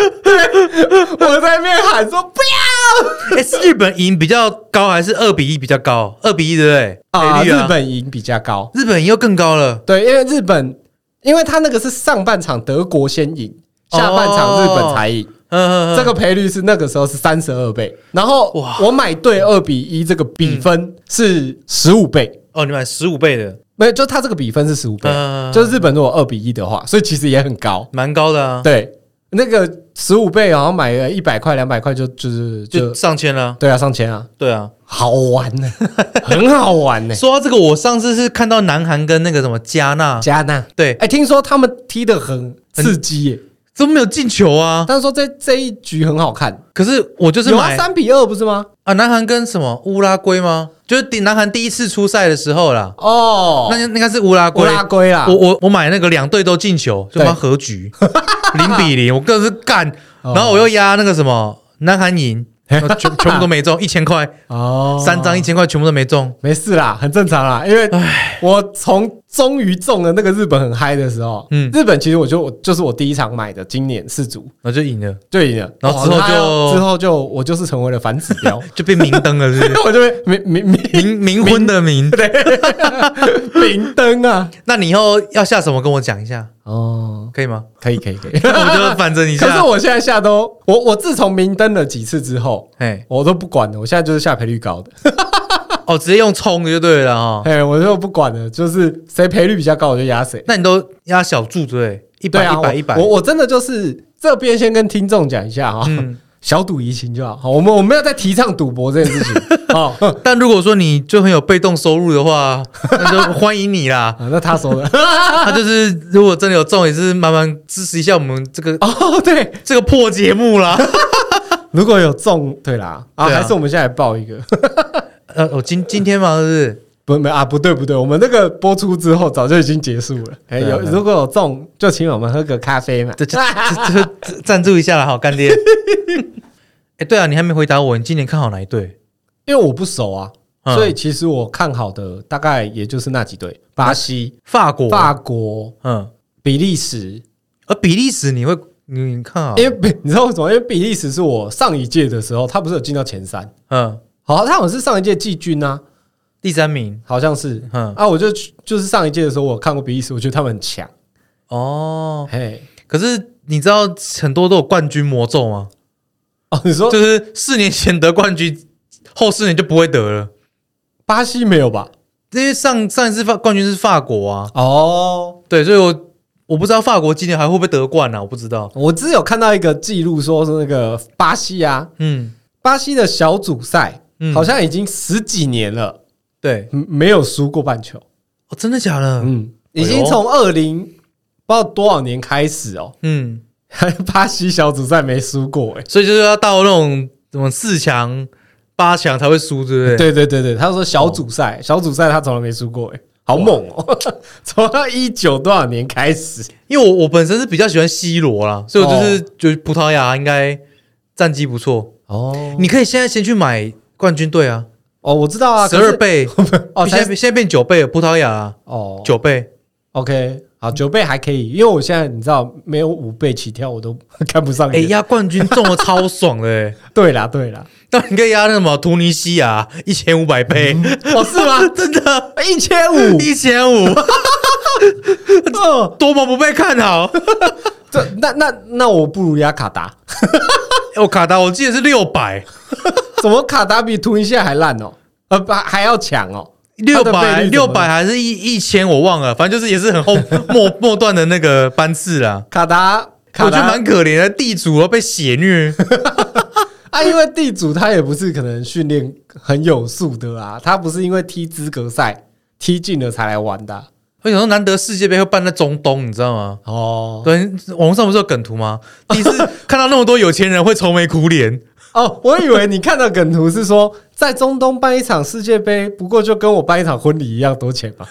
[SPEAKER 1] 我在那边喊说不 要
[SPEAKER 2] 哎、是日本赢比较高还是二比一比较高？二比一对不对？
[SPEAKER 1] 啊！
[SPEAKER 2] 赔率
[SPEAKER 1] 日本赢比较高，
[SPEAKER 2] 日本赢又更高了，
[SPEAKER 1] 对，因为日本，因为他那个是上半场德国先赢，下半场日本才赢。
[SPEAKER 2] 嗯嗯，
[SPEAKER 1] 这个赔率是那个时候是三十二倍，然后
[SPEAKER 2] 哇嗯
[SPEAKER 1] 我买对二比一，这个比分是十五倍，
[SPEAKER 2] 哦，你买十五倍的，
[SPEAKER 1] 没有，就他这个比分是十五倍，
[SPEAKER 2] 嗯
[SPEAKER 1] 就是日本如果二比一的话，所以其实也很高。
[SPEAKER 2] 蛮高的啊。
[SPEAKER 1] 对，那个十五倍好像买个一百块、两百块就就是就
[SPEAKER 2] 就上千了、
[SPEAKER 1] 对啊，上千啊，
[SPEAKER 2] 对啊，
[SPEAKER 1] 好玩呢、 很好玩呢、
[SPEAKER 2] 说到这个，我上次是看到南韩跟那个什么加纳，
[SPEAKER 1] 加纳，
[SPEAKER 2] 对
[SPEAKER 1] 哎、，听说他们踢得很刺激耶、
[SPEAKER 2] 都没有进球啊。
[SPEAKER 1] 但是说这这一局很好看，
[SPEAKER 2] 可是我就是
[SPEAKER 1] 有啊，
[SPEAKER 2] 买
[SPEAKER 1] 三比二不是吗？
[SPEAKER 2] 啊，南韩跟什么乌拉圭吗？就是第南韩第一次出赛的时候啦，
[SPEAKER 1] 哦，
[SPEAKER 2] 那应该是乌拉
[SPEAKER 1] 乌
[SPEAKER 2] 圭。
[SPEAKER 1] 拉圭啦
[SPEAKER 2] 我，我我买那个两队都进球，就
[SPEAKER 1] 对
[SPEAKER 2] 妈 和局零比零，我个人是干，
[SPEAKER 1] 哦
[SPEAKER 2] 然后我又压那个什么南韩赢， 然后全全部都没中，一千块，
[SPEAKER 1] 哦，
[SPEAKER 2] 三张一千块全部都没中。
[SPEAKER 1] 没事啦，很正常啦，因为我从终于中了那个日本很嗨的时候，嗯
[SPEAKER 2] 嗯，
[SPEAKER 1] 日本其实我就我就是我第一场买的，今年四组
[SPEAKER 2] 然后就赢了，
[SPEAKER 1] 对赢了，
[SPEAKER 2] 然后之
[SPEAKER 1] 哦
[SPEAKER 2] 后
[SPEAKER 1] 很嗨哦
[SPEAKER 2] 就
[SPEAKER 1] 之后就我就是成为了反指 标，
[SPEAKER 2] 就被明灯了，是不是？
[SPEAKER 1] 我就会明明明
[SPEAKER 2] 冥冥婚的冥，
[SPEAKER 1] 明灯啊，
[SPEAKER 2] 那你以后要下什么跟我讲一下，
[SPEAKER 1] 哦，
[SPEAKER 2] 可以吗？
[SPEAKER 1] 可以可以 可以，
[SPEAKER 2] 那 我就反正一
[SPEAKER 1] 可是
[SPEAKER 2] 下。
[SPEAKER 1] 我现在下都我我自从明灯了几次之后。
[SPEAKER 2] 哎，
[SPEAKER 1] 我都不管了，我现在就是下赔率高的，
[SPEAKER 2] 哦，直接用冲的就对了哈。
[SPEAKER 1] 哎、我就不管了，就是谁赔率比较高我就压谁。
[SPEAKER 2] 那你都压小注对不对？一
[SPEAKER 1] 对
[SPEAKER 2] 百
[SPEAKER 1] 啊，
[SPEAKER 2] 一
[SPEAKER 1] 我
[SPEAKER 2] 百一百，
[SPEAKER 1] 我我真的就是这边先跟听众讲一下哈、
[SPEAKER 2] 嗯。
[SPEAKER 1] 小赌怡情就好。好我们我们要在提倡赌博这件事情哦。 哼
[SPEAKER 2] 但如果说你就很有被动收入的话，那 就欢迎你啦。
[SPEAKER 1] 啊，那他说的
[SPEAKER 2] 他就是如果真的有中，也是慢慢支持一下我们这个、
[SPEAKER 1] 哦，对，
[SPEAKER 2] 这个破节目啦。
[SPEAKER 1] 如果有中，对啦，啊，
[SPEAKER 2] 对啊
[SPEAKER 1] 还是我们现在报一个，
[SPEAKER 2] 呃，我今今天嘛，是不 是
[SPEAKER 1] 不，没啊，不对不对，我们那个播出之后早就已经结束了。哎，
[SPEAKER 2] 对啊
[SPEAKER 1] 有
[SPEAKER 2] 对啊
[SPEAKER 1] 如果有中，就请我们喝个咖啡嘛。
[SPEAKER 2] 这这这这这赞助一下啦，好干 爹。哎、对啊，你还没回答我，你今年看好哪一队？
[SPEAKER 1] 因为我不熟啊，
[SPEAKER 2] 嗯
[SPEAKER 1] 所以其实我看好的大概也就是那几队：巴西、
[SPEAKER 2] 法国，
[SPEAKER 1] 法国、
[SPEAKER 2] 嗯，
[SPEAKER 1] 比利时。
[SPEAKER 2] 而比利时你会你你看好？
[SPEAKER 1] 因为比 你知道为什么？因为比利时是我上一届的时候，他不是有进到前三，
[SPEAKER 2] 嗯，
[SPEAKER 1] 好，他好像是上一届季军啊，
[SPEAKER 2] 第三名，
[SPEAKER 1] 好像是，
[SPEAKER 2] 嗯，
[SPEAKER 1] 啊，我就去就是上一届的时候，我看过比利时，我觉得他们很强。
[SPEAKER 2] 哦，
[SPEAKER 1] 嘿，
[SPEAKER 2] 可是你知道很多都有冠军魔咒吗？
[SPEAKER 1] 哦，你说
[SPEAKER 2] 就是四年前得冠军，后四年就不会得了。
[SPEAKER 1] 巴西没有吧？
[SPEAKER 2] 因为上上一次法冠军是法国啊，
[SPEAKER 1] 哦，
[SPEAKER 2] 对，所以我我不知道法国今年还会不会得冠啊，我不知道。
[SPEAKER 1] 我只有看到一个记录，说是那个巴西啊，
[SPEAKER 2] 嗯，
[SPEAKER 1] 巴西的小组赛、
[SPEAKER 2] 嗯
[SPEAKER 1] 好像已经十几年了，
[SPEAKER 2] 对，
[SPEAKER 1] 嗯没有输过半球。
[SPEAKER 2] 哦，真的假的？
[SPEAKER 1] 嗯，已
[SPEAKER 2] 哎
[SPEAKER 1] 经从二零不知道多少年开始哦，
[SPEAKER 2] 嗯，
[SPEAKER 1] 巴西小组赛没输过哎、
[SPEAKER 2] 所以就是要到那种什么四强、八强才会输，对不对？，哦
[SPEAKER 1] 对对对对，他说小组赛，小组赛他从来没输过哎、好猛哦！ 从一九多少年开始，
[SPEAKER 2] 因为我我本身是比较喜欢 C 罗啦，所以我就是、就是葡萄牙应该战绩不错。
[SPEAKER 1] 哦
[SPEAKER 2] 你可以现在先去买冠军队啊，
[SPEAKER 1] 哦，我知道啊，
[SPEAKER 2] 十
[SPEAKER 1] 可是
[SPEAKER 2] 二倍
[SPEAKER 1] 哦，
[SPEAKER 2] 现在
[SPEAKER 1] 才
[SPEAKER 2] 现在变九倍了，葡萄牙啊
[SPEAKER 1] 哦
[SPEAKER 2] 九倍。
[SPEAKER 1] ，OK，好，九倍还可以，因为我现在你知道没有五倍起跳我都 看不上
[SPEAKER 2] 哎、
[SPEAKER 1] 眼。
[SPEAKER 2] 压冠军中了超爽的、欸，
[SPEAKER 1] 对啦，对啦，
[SPEAKER 2] 那你可以压那什么突尼西亚一千五百倍，
[SPEAKER 1] 哦是吗？
[SPEAKER 2] 真的
[SPEAKER 1] 一千五，
[SPEAKER 2] 一千嗯五，
[SPEAKER 1] 哦，
[SPEAKER 2] 多么不被看好！
[SPEAKER 1] 这那那那我不如压卡达，
[SPEAKER 2] 我、哦卡达，我记得是六百，
[SPEAKER 1] 怎么卡达比图尼现在还烂哦？呃，不还要强哦？
[SPEAKER 2] 六
[SPEAKER 1] 它的倍
[SPEAKER 2] 百
[SPEAKER 1] 率怎
[SPEAKER 2] 六
[SPEAKER 1] 么了
[SPEAKER 2] 百还是一一千，我忘了，反正就是也是很后末 末段的那个班次啦。
[SPEAKER 1] 卡达，
[SPEAKER 2] 我
[SPEAKER 1] 卡
[SPEAKER 2] 觉得
[SPEAKER 1] 达
[SPEAKER 2] 蛮可怜的，地主要被血虐，
[SPEAKER 1] 啊，因为地主他也不是可能训练很有素的啊，他不是因为踢资格赛踢进了才来玩的啊、
[SPEAKER 2] 我想说难得世界杯会办在中东，你知道吗？
[SPEAKER 1] 哦。
[SPEAKER 2] 对，网络上不是有梗图吗？第一 次看到那么多有钱人会愁眉苦脸，
[SPEAKER 1] 哦，我以为你看到梗图是说在中东办一场世界杯，不过就跟我办一场婚礼一样多钱吧？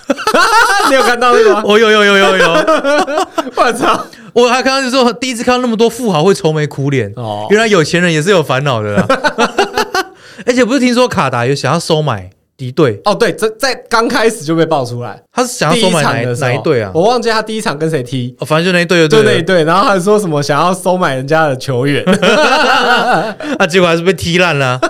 [SPEAKER 1] 你有看到那个吗？
[SPEAKER 2] 哦有有有有有，
[SPEAKER 1] 我操！
[SPEAKER 2] 我还看到就说第一次看到那么多富豪会愁眉苦脸，
[SPEAKER 1] 哦
[SPEAKER 2] 原来有钱人也是有烦恼的啦。 而且不是听说卡达有想要收买敌对，
[SPEAKER 1] 哦，对，这在刚开始就被爆出来，
[SPEAKER 2] 他是想要
[SPEAKER 1] 第
[SPEAKER 2] 收
[SPEAKER 1] 一
[SPEAKER 2] 买
[SPEAKER 1] 场
[SPEAKER 2] 哪
[SPEAKER 1] 的
[SPEAKER 2] 一
[SPEAKER 1] 时候
[SPEAKER 2] 哪一队啊？
[SPEAKER 1] 我忘记他第一场跟谁踢，
[SPEAKER 2] 哦，反正就那一队
[SPEAKER 1] 就
[SPEAKER 2] 就
[SPEAKER 1] 那
[SPEAKER 2] 对
[SPEAKER 1] 一
[SPEAKER 2] 了，
[SPEAKER 1] 队，然后还说什么想要收买人家的球员，
[SPEAKER 2] 啊，结果还是被踢烂了。啊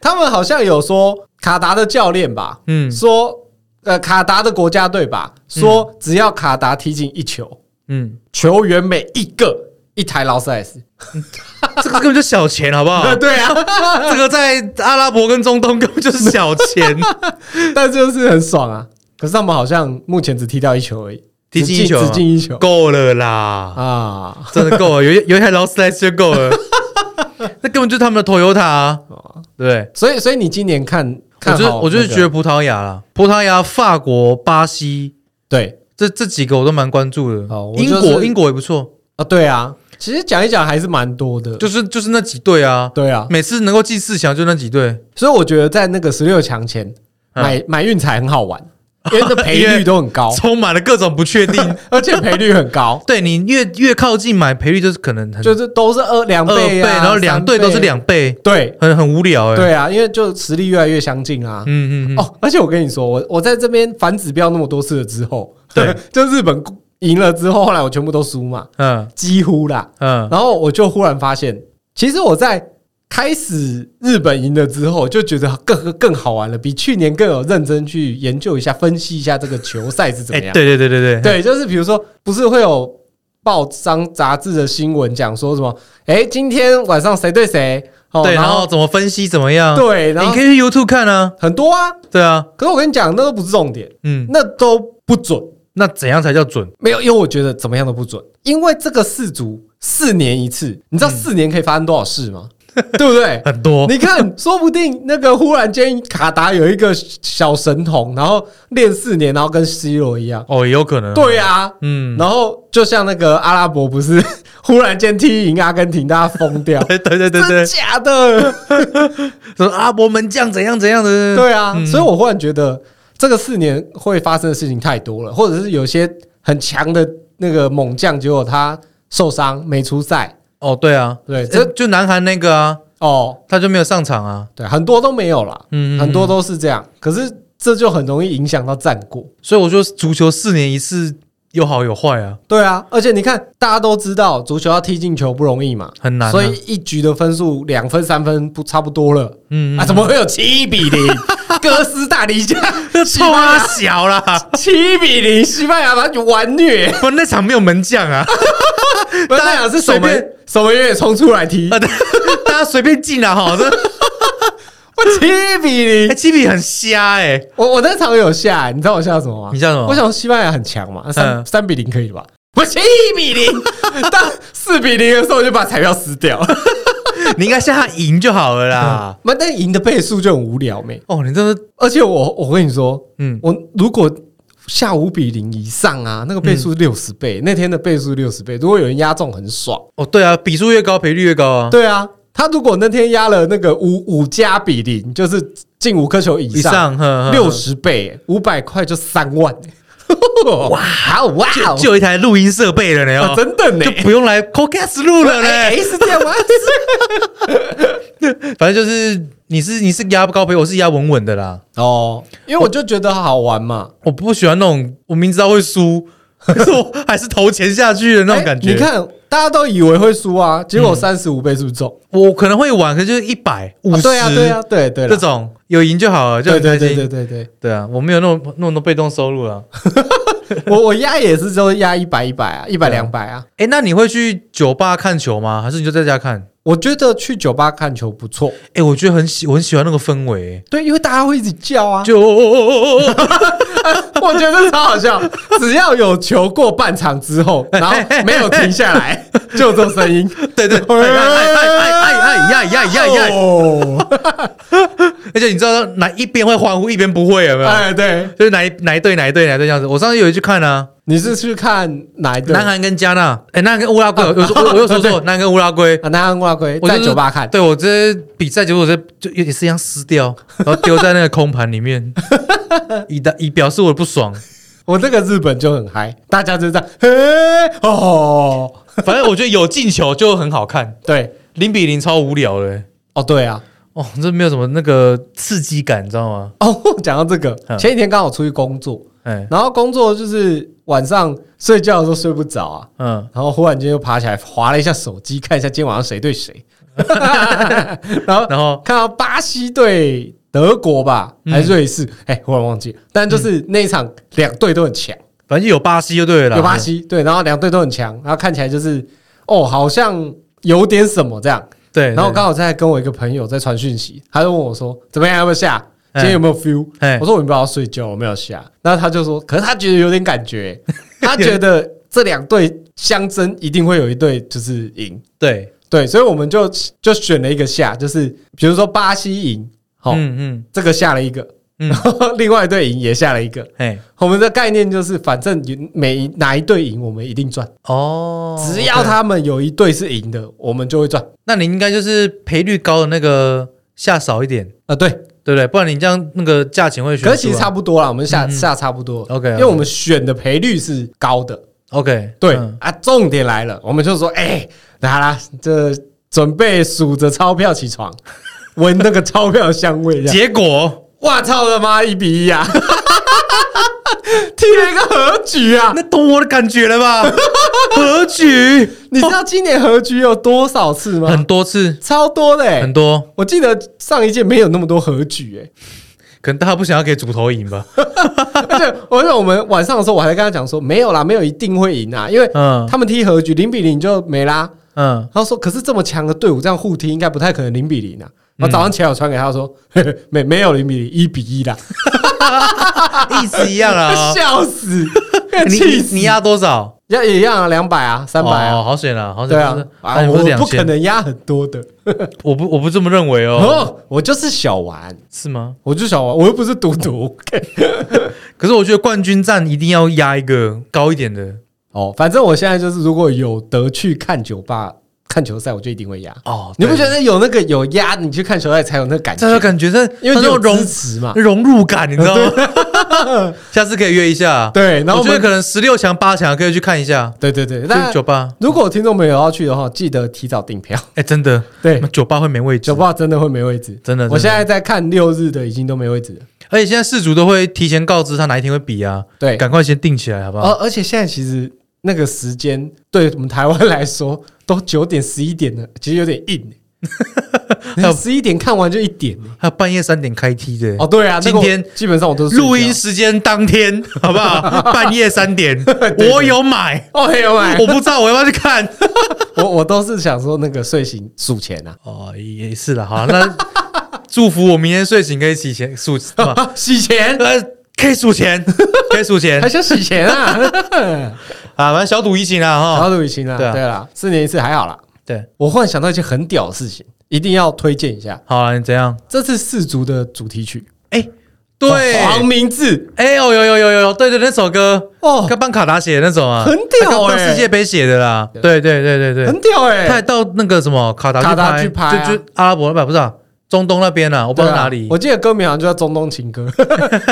[SPEAKER 1] 他们好像有说卡达的教练吧，
[SPEAKER 2] 嗯
[SPEAKER 1] 说呃卡达的国家队吧，说只要卡达踢进一球，
[SPEAKER 2] 嗯，
[SPEAKER 1] 球员每一个一台劳斯莱斯，？
[SPEAKER 2] 这个根本就小钱，好不好
[SPEAKER 1] 对啊，
[SPEAKER 2] 这个在阿拉伯跟中东根本就是小钱，
[SPEAKER 1] 但就是很爽啊。可是他们好像目前只踢到一球而已，
[SPEAKER 2] 踢进一球
[SPEAKER 1] 直
[SPEAKER 2] 嘛，
[SPEAKER 1] 进一 球
[SPEAKER 2] 够了啦，
[SPEAKER 1] 啊！
[SPEAKER 2] 真的够了，有一有一台劳斯莱斯就 够了，那根本就是他们的 Toyota 啊，
[SPEAKER 1] 哦
[SPEAKER 2] 对。
[SPEAKER 1] 所以，所以你今年看，
[SPEAKER 2] 我
[SPEAKER 1] 看
[SPEAKER 2] 就是
[SPEAKER 1] 好
[SPEAKER 2] 我就是
[SPEAKER 1] 那个
[SPEAKER 2] 觉得葡萄牙啦，葡萄牙、法国、巴西
[SPEAKER 1] 对
[SPEAKER 2] 这这几个我都蛮关注的。
[SPEAKER 1] 哦我
[SPEAKER 2] 英
[SPEAKER 1] 就是
[SPEAKER 2] 国英国也不错，
[SPEAKER 1] 啊，对啊，其实讲一讲还是蛮多的，
[SPEAKER 2] 就是就是那几队啊，
[SPEAKER 1] 对啊，
[SPEAKER 2] 每次能够进四强就那几队。
[SPEAKER 1] 所以我觉得在那个十六强前
[SPEAKER 2] 嗯，
[SPEAKER 1] 买买运彩很好玩，因为这赔率都很高
[SPEAKER 2] 充满了各种不确 定。
[SPEAKER 1] 而且赔率很高，
[SPEAKER 2] 对你越越靠近买赔率就是可能很
[SPEAKER 1] 就是都是二两
[SPEAKER 2] 二
[SPEAKER 1] 倍
[SPEAKER 2] 倍，
[SPEAKER 1] 啊，
[SPEAKER 2] 然后两队都是
[SPEAKER 1] 三
[SPEAKER 2] 两倍，
[SPEAKER 1] 对
[SPEAKER 2] 很很无聊哎、
[SPEAKER 1] 对啊，因为就实力越来越相近啊。
[SPEAKER 2] 嗯嗯嗯，
[SPEAKER 1] 哦，而且我跟你说，我我在这边反指标那么多次了之后，
[SPEAKER 2] 对，
[SPEAKER 1] 就日本赢了之后，后来我全部都输嘛，
[SPEAKER 2] 嗯
[SPEAKER 1] 几乎啦。
[SPEAKER 2] 嗯，
[SPEAKER 1] 然后我就忽然发现，其实我在开始日本赢了之后，就觉得更更好玩了，比去年更有认真去研究一下、分析一下这个球赛是怎
[SPEAKER 2] 哎、
[SPEAKER 1] 么样。
[SPEAKER 2] 对对对 对对，
[SPEAKER 1] 对，就是比如说，不是会有报章杂志的新闻讲说什么？哎，今天晚上谁对谁？哦
[SPEAKER 2] 对，然后怎么分析怎么样？
[SPEAKER 1] 对，然
[SPEAKER 2] 你
[SPEAKER 1] 后
[SPEAKER 2] 可以去 YouTube 看啊，
[SPEAKER 1] 很多啊。
[SPEAKER 2] 对啊，
[SPEAKER 1] 可是我跟你讲，那都不是重点，
[SPEAKER 2] 嗯，
[SPEAKER 1] 那都不准。
[SPEAKER 2] 那怎样才叫准？
[SPEAKER 1] 没有，因为我觉得怎么样都不准，因为这个氏族四年一次，你知道四年可以发生多少事 吗？对不对？
[SPEAKER 2] 嗯很多，
[SPEAKER 1] 你看，说不定那个忽然间卡达有一个小神童，然后练四年，然后跟 C 罗一样。
[SPEAKER 2] 哦，也有可能，
[SPEAKER 1] 对，啊，
[SPEAKER 2] 嗯，，
[SPEAKER 1] 然后就像那个阿拉伯不是 忽然间踢赢阿根廷，大家疯掉
[SPEAKER 2] 对对对对
[SPEAKER 1] 真
[SPEAKER 2] 对，
[SPEAKER 1] 假的？
[SPEAKER 2] 什么阿伯门将怎样怎样的，
[SPEAKER 1] 对啊，所以我忽然觉得这个四年会发生的事情太多了，或者是有些很强的那个猛将，结果他受伤没出赛，
[SPEAKER 2] 哦，对啊，
[SPEAKER 1] 对，
[SPEAKER 2] 这
[SPEAKER 1] 这
[SPEAKER 2] 就南韩那个啊，
[SPEAKER 1] 哦，
[SPEAKER 2] 他就没有上场啊，
[SPEAKER 1] 对，很多都没有啦，
[SPEAKER 2] 嗯，嗯
[SPEAKER 1] 很多，都是这样，可是这就很容易影响到战果。
[SPEAKER 2] 所以我说足球四年一次，有好有坏啊，
[SPEAKER 1] 对啊，而且你看，大家都知道足球要踢进球不容易嘛，
[SPEAKER 2] 很难啊
[SPEAKER 1] 所以一局的分数两分、三分不差不多了
[SPEAKER 2] 嗯，嗯
[SPEAKER 1] 啊，怎么会有七比 零？哥斯达黎加西
[SPEAKER 2] 臭
[SPEAKER 1] 班
[SPEAKER 2] 啊
[SPEAKER 1] 牙
[SPEAKER 2] 小啦，
[SPEAKER 1] 七比零，西班牙把你玩虐，
[SPEAKER 2] 不那场没有门 将啊，
[SPEAKER 1] 不是那俩是守
[SPEAKER 2] 随
[SPEAKER 1] 门
[SPEAKER 2] 便
[SPEAKER 1] 守门员也冲出来踢，
[SPEAKER 2] 啊大家随便进啊，哈，这
[SPEAKER 1] 我七比
[SPEAKER 2] 哎
[SPEAKER 1] 零，
[SPEAKER 2] 基比很瞎哎，
[SPEAKER 1] 我我那场有下来，你知道我下什么吗？
[SPEAKER 2] 你叫什么
[SPEAKER 1] 我想西班牙很强嘛，三
[SPEAKER 2] 嗯
[SPEAKER 1] 三比零可以吧？我七比 零，当四比零的时候我就把彩票撕掉了，
[SPEAKER 2] 你应该像他赢就好 了啦。
[SPEAKER 1] 那但赢的倍数就很无聊没。
[SPEAKER 2] 哦，你真的，
[SPEAKER 1] 而且我我跟你说，
[SPEAKER 2] 嗯，
[SPEAKER 1] 我如果下五比零以上啊，那个倍数六十
[SPEAKER 2] 嗯
[SPEAKER 1] 倍，那天的倍数六十倍，如果有人压中很爽。
[SPEAKER 2] 哦，对啊，比数越高，赔率越高啊。
[SPEAKER 1] 对啊，他如果那天压了那个五五加比零，就是进五颗球以
[SPEAKER 2] 以
[SPEAKER 1] 上，
[SPEAKER 2] 上呵呵
[SPEAKER 1] 六十倍，五百块就三万。哇哦 哇哦，
[SPEAKER 2] 就有一台录音设备了呢，
[SPEAKER 1] 啊
[SPEAKER 2] 哦
[SPEAKER 1] 真的呢
[SPEAKER 2] 就，不用来 Podcast 录了
[SPEAKER 1] 哎，哎哎
[SPEAKER 2] 呢。
[SPEAKER 1] 是这 样吗？是
[SPEAKER 2] 反正就是你是你是压高赔，我是压稳稳的啦。
[SPEAKER 1] 哦，因为我就觉得好玩嘛，
[SPEAKER 2] 我不喜欢那种我明知道会输，可是我还是投钱下去的那种
[SPEAKER 1] 哎
[SPEAKER 2] 感觉。
[SPEAKER 1] 你，看，大家都以为会输啊，结果三十五倍数中，
[SPEAKER 2] 我可能会玩，可是就是一百五
[SPEAKER 1] 啊
[SPEAKER 2] 十，
[SPEAKER 1] 对啊，对啊，对对啦
[SPEAKER 2] 这种有赢就好了，就
[SPEAKER 1] 对
[SPEAKER 2] 很
[SPEAKER 1] 对
[SPEAKER 2] 开
[SPEAKER 1] 对对
[SPEAKER 2] 心。
[SPEAKER 1] 对对。
[SPEAKER 2] 对啊，我没有那种那么多被动收入了。
[SPEAKER 1] 我 我压也是都压一百一百啊，一百
[SPEAKER 2] 对啊
[SPEAKER 1] 两百啊。
[SPEAKER 2] 哎，那你会去酒吧看球吗？还是你就在家看？
[SPEAKER 1] 我觉得去酒吧看球不错，
[SPEAKER 2] 哎、我觉得很喜，我很喜欢那个氛围、
[SPEAKER 1] 对，因为大家会一直叫啊，
[SPEAKER 2] 就
[SPEAKER 1] 我觉得超好 笑。只要有球过半场之 后，然后没有停下 来，就这种声音，
[SPEAKER 2] 对对，哎哎哎哎哎哎呀呀呀呀！
[SPEAKER 1] 哦，
[SPEAKER 2] 而且你知道哪一边会欢呼，一边不会有没有？
[SPEAKER 1] 哎，对，
[SPEAKER 2] 就是哪一哪一队哪一队哪一队这样子。我上次有一去看啊，
[SPEAKER 1] 你是去看哪一队？
[SPEAKER 2] 南韩跟加纳，哎、南韩跟乌拉圭，
[SPEAKER 1] 啊
[SPEAKER 2] 我我我又说 错，南韩跟乌拉圭。
[SPEAKER 1] 啊，南韩乌拉圭
[SPEAKER 2] 我
[SPEAKER 1] 在
[SPEAKER 2] 就是
[SPEAKER 1] 酒吧看，
[SPEAKER 2] 对我这比赛结果，我这就也是一样撕掉，然后丢在那个空盘里面， 以的以表示我的不爽。
[SPEAKER 1] 我这个日本就很嗨，大家就这样，嘿，哦，
[SPEAKER 2] 反正我觉得有进球就很好看，
[SPEAKER 1] 对，
[SPEAKER 2] 零比零超无聊的、
[SPEAKER 1] 哦，对啊，
[SPEAKER 2] 哦，这没有什么那个刺激感，你知道吗？
[SPEAKER 1] 哦， 讲到这个，
[SPEAKER 2] 嗯
[SPEAKER 1] 前几天刚好出去工作，
[SPEAKER 2] 哎，
[SPEAKER 1] 然后工作就是晚上睡觉的时候睡不着啊，
[SPEAKER 2] 嗯，
[SPEAKER 1] 然后忽然间就爬起来划了一下手机，看一下今天晚上谁对谁， 然后
[SPEAKER 2] 然后
[SPEAKER 1] 看到巴西对德国吧，
[SPEAKER 2] 嗯
[SPEAKER 1] 还是瑞士，哎、忽然忘记了，但就是那一场两队都很强，
[SPEAKER 2] 反正有巴西就对了啦，
[SPEAKER 1] 有巴西对，然后两队都很强，然后看起来就是哦，好像有点什么这样，
[SPEAKER 2] 对，对，
[SPEAKER 1] 然后我刚好在跟我一个朋友在传讯息，他就问我说怎么样要不要下，
[SPEAKER 2] 嗯
[SPEAKER 1] 今天有没有 feel？
[SPEAKER 2] 哎
[SPEAKER 1] 我说我没有要睡觉，我没有下。那他就说，可是他觉得有点感觉、他觉得这两队相争一定会有一队就是赢，
[SPEAKER 2] 对，
[SPEAKER 1] 对，所以我们就就选了一个下，就是比如说巴西赢，好、
[SPEAKER 2] 嗯
[SPEAKER 1] 这个下了一个，
[SPEAKER 2] 嗯
[SPEAKER 1] 然后 另外一队赢也下了一个。
[SPEAKER 2] 嗯，哎，
[SPEAKER 1] 我们的概念就是，反正赢每一哪一队赢，我们一定赚。
[SPEAKER 2] 哦，
[SPEAKER 1] 只要
[SPEAKER 2] OK，
[SPEAKER 1] 他们有一队是赢的，我们就会赚。
[SPEAKER 2] 那你应该就是赔率高的那个下少一点，
[SPEAKER 1] 啊，对，
[SPEAKER 2] 对不对？不然你这样那个价钱会悬殊啊。
[SPEAKER 1] 可是其实差不多啦，我们下
[SPEAKER 2] 嗯嗯
[SPEAKER 1] 下差不多。
[SPEAKER 2] OK，
[SPEAKER 1] 因为我们选的赔率是高的。
[SPEAKER 2] OK，
[SPEAKER 1] 对
[SPEAKER 2] 嗯
[SPEAKER 1] 啊，重点来了，我们就说，哎，来啦，这准备数着钞票起床， 闻那个钞票的香味，这 样
[SPEAKER 2] 结果
[SPEAKER 1] 哇操他妈一比一啊！ 踢了一个和局啊！
[SPEAKER 2] 那懂我的感觉了 吧？和局
[SPEAKER 1] 你知道今年和局有多少次吗？
[SPEAKER 2] 很多次，
[SPEAKER 1] 超多的、欸，
[SPEAKER 2] 很多，
[SPEAKER 1] 我记得上一届没有那么多和局、 欸，
[SPEAKER 2] 可能大家不想要给主头赢 吧？
[SPEAKER 1] 而且而且我们晚上的时候我还跟他讲说，没有啦，没有一定会赢啊，因为
[SPEAKER 2] 嗯
[SPEAKER 1] 他们踢和局零比零就没啦。
[SPEAKER 2] 嗯，
[SPEAKER 1] 他说，可是这么强的队伍这样互踢，应该不太可能零比零啊。
[SPEAKER 2] 嗯
[SPEAKER 1] 然后早上起来我传给他说， 嘿嘿没没有零比零，一比一啦，
[SPEAKER 2] 意思一 样啊。
[SPEAKER 1] 笑死，
[SPEAKER 2] 你
[SPEAKER 1] 气
[SPEAKER 2] 你
[SPEAKER 1] 死
[SPEAKER 2] 你，压多少？
[SPEAKER 1] 要也一样啊，两百啊，三百啊
[SPEAKER 2] 哦，，好险啊，好险！
[SPEAKER 1] 对啊，啊
[SPEAKER 2] 啊，不是
[SPEAKER 1] 我
[SPEAKER 2] 两
[SPEAKER 1] 不可
[SPEAKER 2] 千，
[SPEAKER 1] 能压很多的，
[SPEAKER 2] 我不我不这么认为哦，
[SPEAKER 1] 哦，我就是小玩，
[SPEAKER 2] 是吗？
[SPEAKER 1] 我就小玩，我又不是赌徒。
[SPEAKER 2] 可是我觉得冠军战一定要压一个高一点的
[SPEAKER 1] 哦，反正我现在就是，如果有得去看酒吧看球赛，我就一定会压。
[SPEAKER 2] 哦。
[SPEAKER 1] 你不觉
[SPEAKER 2] 得？
[SPEAKER 1] 得有那个有压，你去看球赛才有那个感
[SPEAKER 2] 这就
[SPEAKER 1] 觉？
[SPEAKER 2] 感觉这
[SPEAKER 1] 因为你
[SPEAKER 2] 它那
[SPEAKER 1] 有啊
[SPEAKER 2] 种融
[SPEAKER 1] 支持嘛。
[SPEAKER 2] 融入感，你知道吗？ 下次可以约一下。啊
[SPEAKER 1] 对，然后
[SPEAKER 2] 我
[SPEAKER 1] 我
[SPEAKER 2] 觉得
[SPEAKER 1] 们
[SPEAKER 2] 可能十六强、八强可以去看一下，
[SPEAKER 1] 对对对，
[SPEAKER 2] 去
[SPEAKER 1] 那
[SPEAKER 2] 酒吧。
[SPEAKER 1] 如果听众朋友要去的话，记得提早订 票。
[SPEAKER 2] 哎，真的，
[SPEAKER 1] 对，
[SPEAKER 2] 酒吧会没位置
[SPEAKER 1] 酒，吧真的会没位置。
[SPEAKER 2] 真的。
[SPEAKER 1] 我
[SPEAKER 2] 真的
[SPEAKER 1] 现在在看六日的，已经都没位置了。
[SPEAKER 2] 而且现在事主都会提前告知他哪一天会比啊，
[SPEAKER 1] 对，
[SPEAKER 2] 赶快先定起来，好不
[SPEAKER 1] 而
[SPEAKER 2] 好？
[SPEAKER 1] 而且现在其实那个时间对我们台湾来说，都九点十一点了，其实有点 硬、欸。十一点看完就一点、欸、
[SPEAKER 2] 还有半夜三点开踢的
[SPEAKER 1] 哦，对啊，那个我
[SPEAKER 2] 今天
[SPEAKER 1] 基本上我都是睡觉
[SPEAKER 2] 录音时间当 天，好不好？半夜三 点，
[SPEAKER 1] 对
[SPEAKER 2] 我有买，
[SPEAKER 1] 哦，没有买，
[SPEAKER 2] 我不知道我要不要去看。
[SPEAKER 1] 我我都是想说那个睡醒数钱 啊，
[SPEAKER 2] 哦，也是了，好，那祝福我明天睡醒可以洗钱数， 呃，
[SPEAKER 1] 洗钱
[SPEAKER 2] 可以数 钱，可以数钱
[SPEAKER 1] 还想洗钱啊？
[SPEAKER 2] 啊，反正小赌怡情啦
[SPEAKER 1] 然
[SPEAKER 2] 哈。
[SPEAKER 1] 后都已经啊，
[SPEAKER 2] 对啊
[SPEAKER 1] 对啦，四年一次还好啦。
[SPEAKER 2] 对，
[SPEAKER 1] 我忽然想到一件很屌的事情，一定要推荐一下，
[SPEAKER 2] 好啊，你怎样？
[SPEAKER 1] 这次四足的主题曲，
[SPEAKER 2] 哎，对，
[SPEAKER 1] 黄明志
[SPEAKER 2] 哎哦，有有有有有，对对，那首歌
[SPEAKER 1] 哦，
[SPEAKER 2] 跟办卡达写的那种啊，
[SPEAKER 1] 很屌
[SPEAKER 2] 他
[SPEAKER 1] 欸
[SPEAKER 2] 跟世界杯写的啦，
[SPEAKER 1] 对
[SPEAKER 2] 对对对对对，
[SPEAKER 1] 很屌哎、
[SPEAKER 2] 他还到那个什么卡达
[SPEAKER 1] 卡达去
[SPEAKER 2] 去
[SPEAKER 1] 拍啊
[SPEAKER 2] 就就阿拉伯那边不是啊，中东那边啊，我不知道
[SPEAKER 1] 对啊
[SPEAKER 2] 哪里
[SPEAKER 1] 我，记得歌名好像就叫《中东情歌》，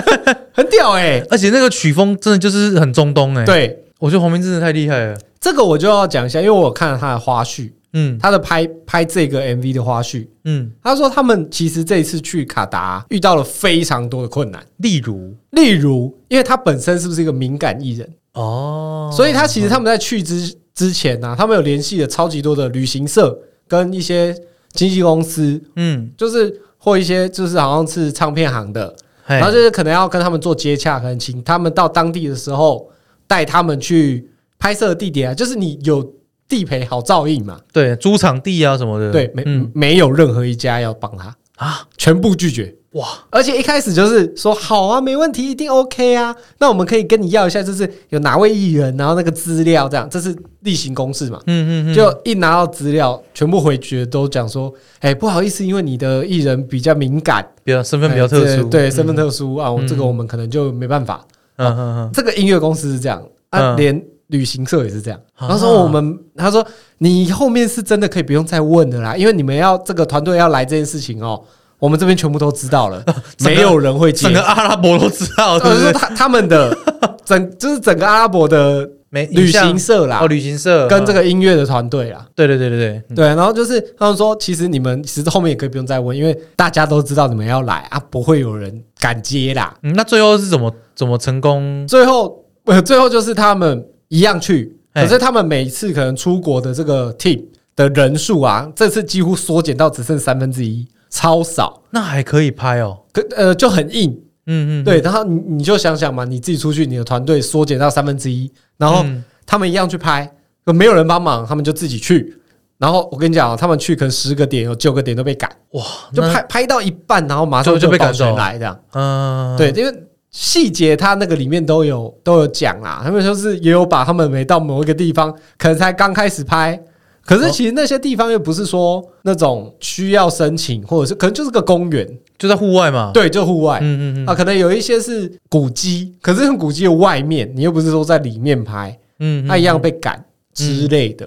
[SPEAKER 1] 很屌哎、
[SPEAKER 2] 而且那个曲风真的就是很中东哎，，
[SPEAKER 1] 对，
[SPEAKER 2] 我觉得黄明志真的太厉害了，
[SPEAKER 1] 这个我就要讲一下，因为我有看了他的花絮，
[SPEAKER 2] 嗯
[SPEAKER 1] 他的拍拍这个 MV 的花絮，
[SPEAKER 2] 嗯，
[SPEAKER 1] 他说他们其实这一次去卡达遇到了非常多的困难，
[SPEAKER 2] 例如
[SPEAKER 1] 例如，因为他本身是不是一个敏感艺人，
[SPEAKER 2] 哦，
[SPEAKER 1] 所以他其实他们在去之之前呢、啊，他们有联系了超级多的旅行社跟一些经纪公司，
[SPEAKER 2] 嗯，
[SPEAKER 1] 就是或一些就是好像是唱片行的，
[SPEAKER 2] 然
[SPEAKER 1] 然后就是可能要跟他们做接洽，可能请他们到当地的时候带他们去拍摄的地点啊，就是你有地陪好照应嘛。
[SPEAKER 2] 对租场地啊什么的，
[SPEAKER 1] 对，没、
[SPEAKER 2] 嗯
[SPEAKER 1] 没有任何一家要帮他，
[SPEAKER 2] 啊，
[SPEAKER 1] 全部拒绝。
[SPEAKER 2] 哇，
[SPEAKER 1] 而且一开始就是说好啊，没问题，一定 OK 啊。那我们可以跟你要一下，就是有哪位艺人，然后那个资料这样，这是例行公事嘛。
[SPEAKER 2] 嗯嗯嗯，
[SPEAKER 1] 就一拿到资料，全部回绝都讲说，哎、不好意思，因为你的艺人比较敏感，
[SPEAKER 2] 比较身份比较特
[SPEAKER 1] 哎
[SPEAKER 2] 殊，
[SPEAKER 1] 对对，
[SPEAKER 2] 嗯
[SPEAKER 1] 身份，特殊啊，我
[SPEAKER 2] 嗯
[SPEAKER 1] 这个我们可能就没办法。
[SPEAKER 2] 嗯嗯嗯，
[SPEAKER 1] 这个音乐公司是这样啊，
[SPEAKER 2] 嗯
[SPEAKER 1] 连旅行社也是这样。然
[SPEAKER 2] 啊
[SPEAKER 1] 后说我们，他说你后面是真的可以不用再问的啦，因为你们要这个团队要来这件事情哦，我们这边全部都知道了，
[SPEAKER 2] 整个
[SPEAKER 1] 没有人会接呃
[SPEAKER 2] 整。个阿拉伯都知 道，对
[SPEAKER 1] 就
[SPEAKER 2] 不
[SPEAKER 1] 是说
[SPEAKER 2] 对？
[SPEAKER 1] 他他们 的整就是整个阿拉伯的
[SPEAKER 2] 没
[SPEAKER 1] 旅
[SPEAKER 2] 影像
[SPEAKER 1] 行社啦
[SPEAKER 2] 哦，，旅行社
[SPEAKER 1] 跟这
[SPEAKER 2] 个，
[SPEAKER 1] 个音乐的团队啦。
[SPEAKER 2] 对对对对对，嗯
[SPEAKER 1] 对，然后就是他们说，其实你们其实后面也可以不用再问，因为大家都知道你们要来啊，不会有人敢接啦。
[SPEAKER 2] 嗯，那最后是怎么怎么成功？
[SPEAKER 1] 最后， 呃，最后就是他们一样去，
[SPEAKER 2] 嘿
[SPEAKER 1] 可是他们每次可能出国的这个 team 的人数啊，这次几乎缩减到只剩三分之一，超少。
[SPEAKER 2] 那还可以拍哦，
[SPEAKER 1] 可呃就很硬，
[SPEAKER 2] 嗯嗯，
[SPEAKER 1] 对。然后你你就想想嘛，你自己出去，你的团队缩减到三分之一，然后
[SPEAKER 2] 嗯
[SPEAKER 1] 他们一样去拍，可没有人帮忙，他们就自己去。然后我跟你讲、哦，他们去可能十个点有九个点都被赶，
[SPEAKER 2] 哇，
[SPEAKER 1] 就
[SPEAKER 2] 那
[SPEAKER 1] 拍拍到一半，然后马上
[SPEAKER 2] 就就被
[SPEAKER 1] 保
[SPEAKER 2] 赶走
[SPEAKER 1] 全来这样。
[SPEAKER 2] 嗯，
[SPEAKER 1] 对，因为细节它那个里面都有都有讲啦，他们就是也有把他们每到某一个地方，可能才刚开始拍，可是其实那些地方又不是说那种需要申请，或者是可能就是个公园，
[SPEAKER 2] 就在户外嘛。
[SPEAKER 1] 对，就户外。
[SPEAKER 2] 嗯嗯嗯
[SPEAKER 1] 啊，可能有一些是古迹，可是古迹的外面，你又不是说在里面拍，
[SPEAKER 2] 嗯，
[SPEAKER 1] 它一样被赶之类的，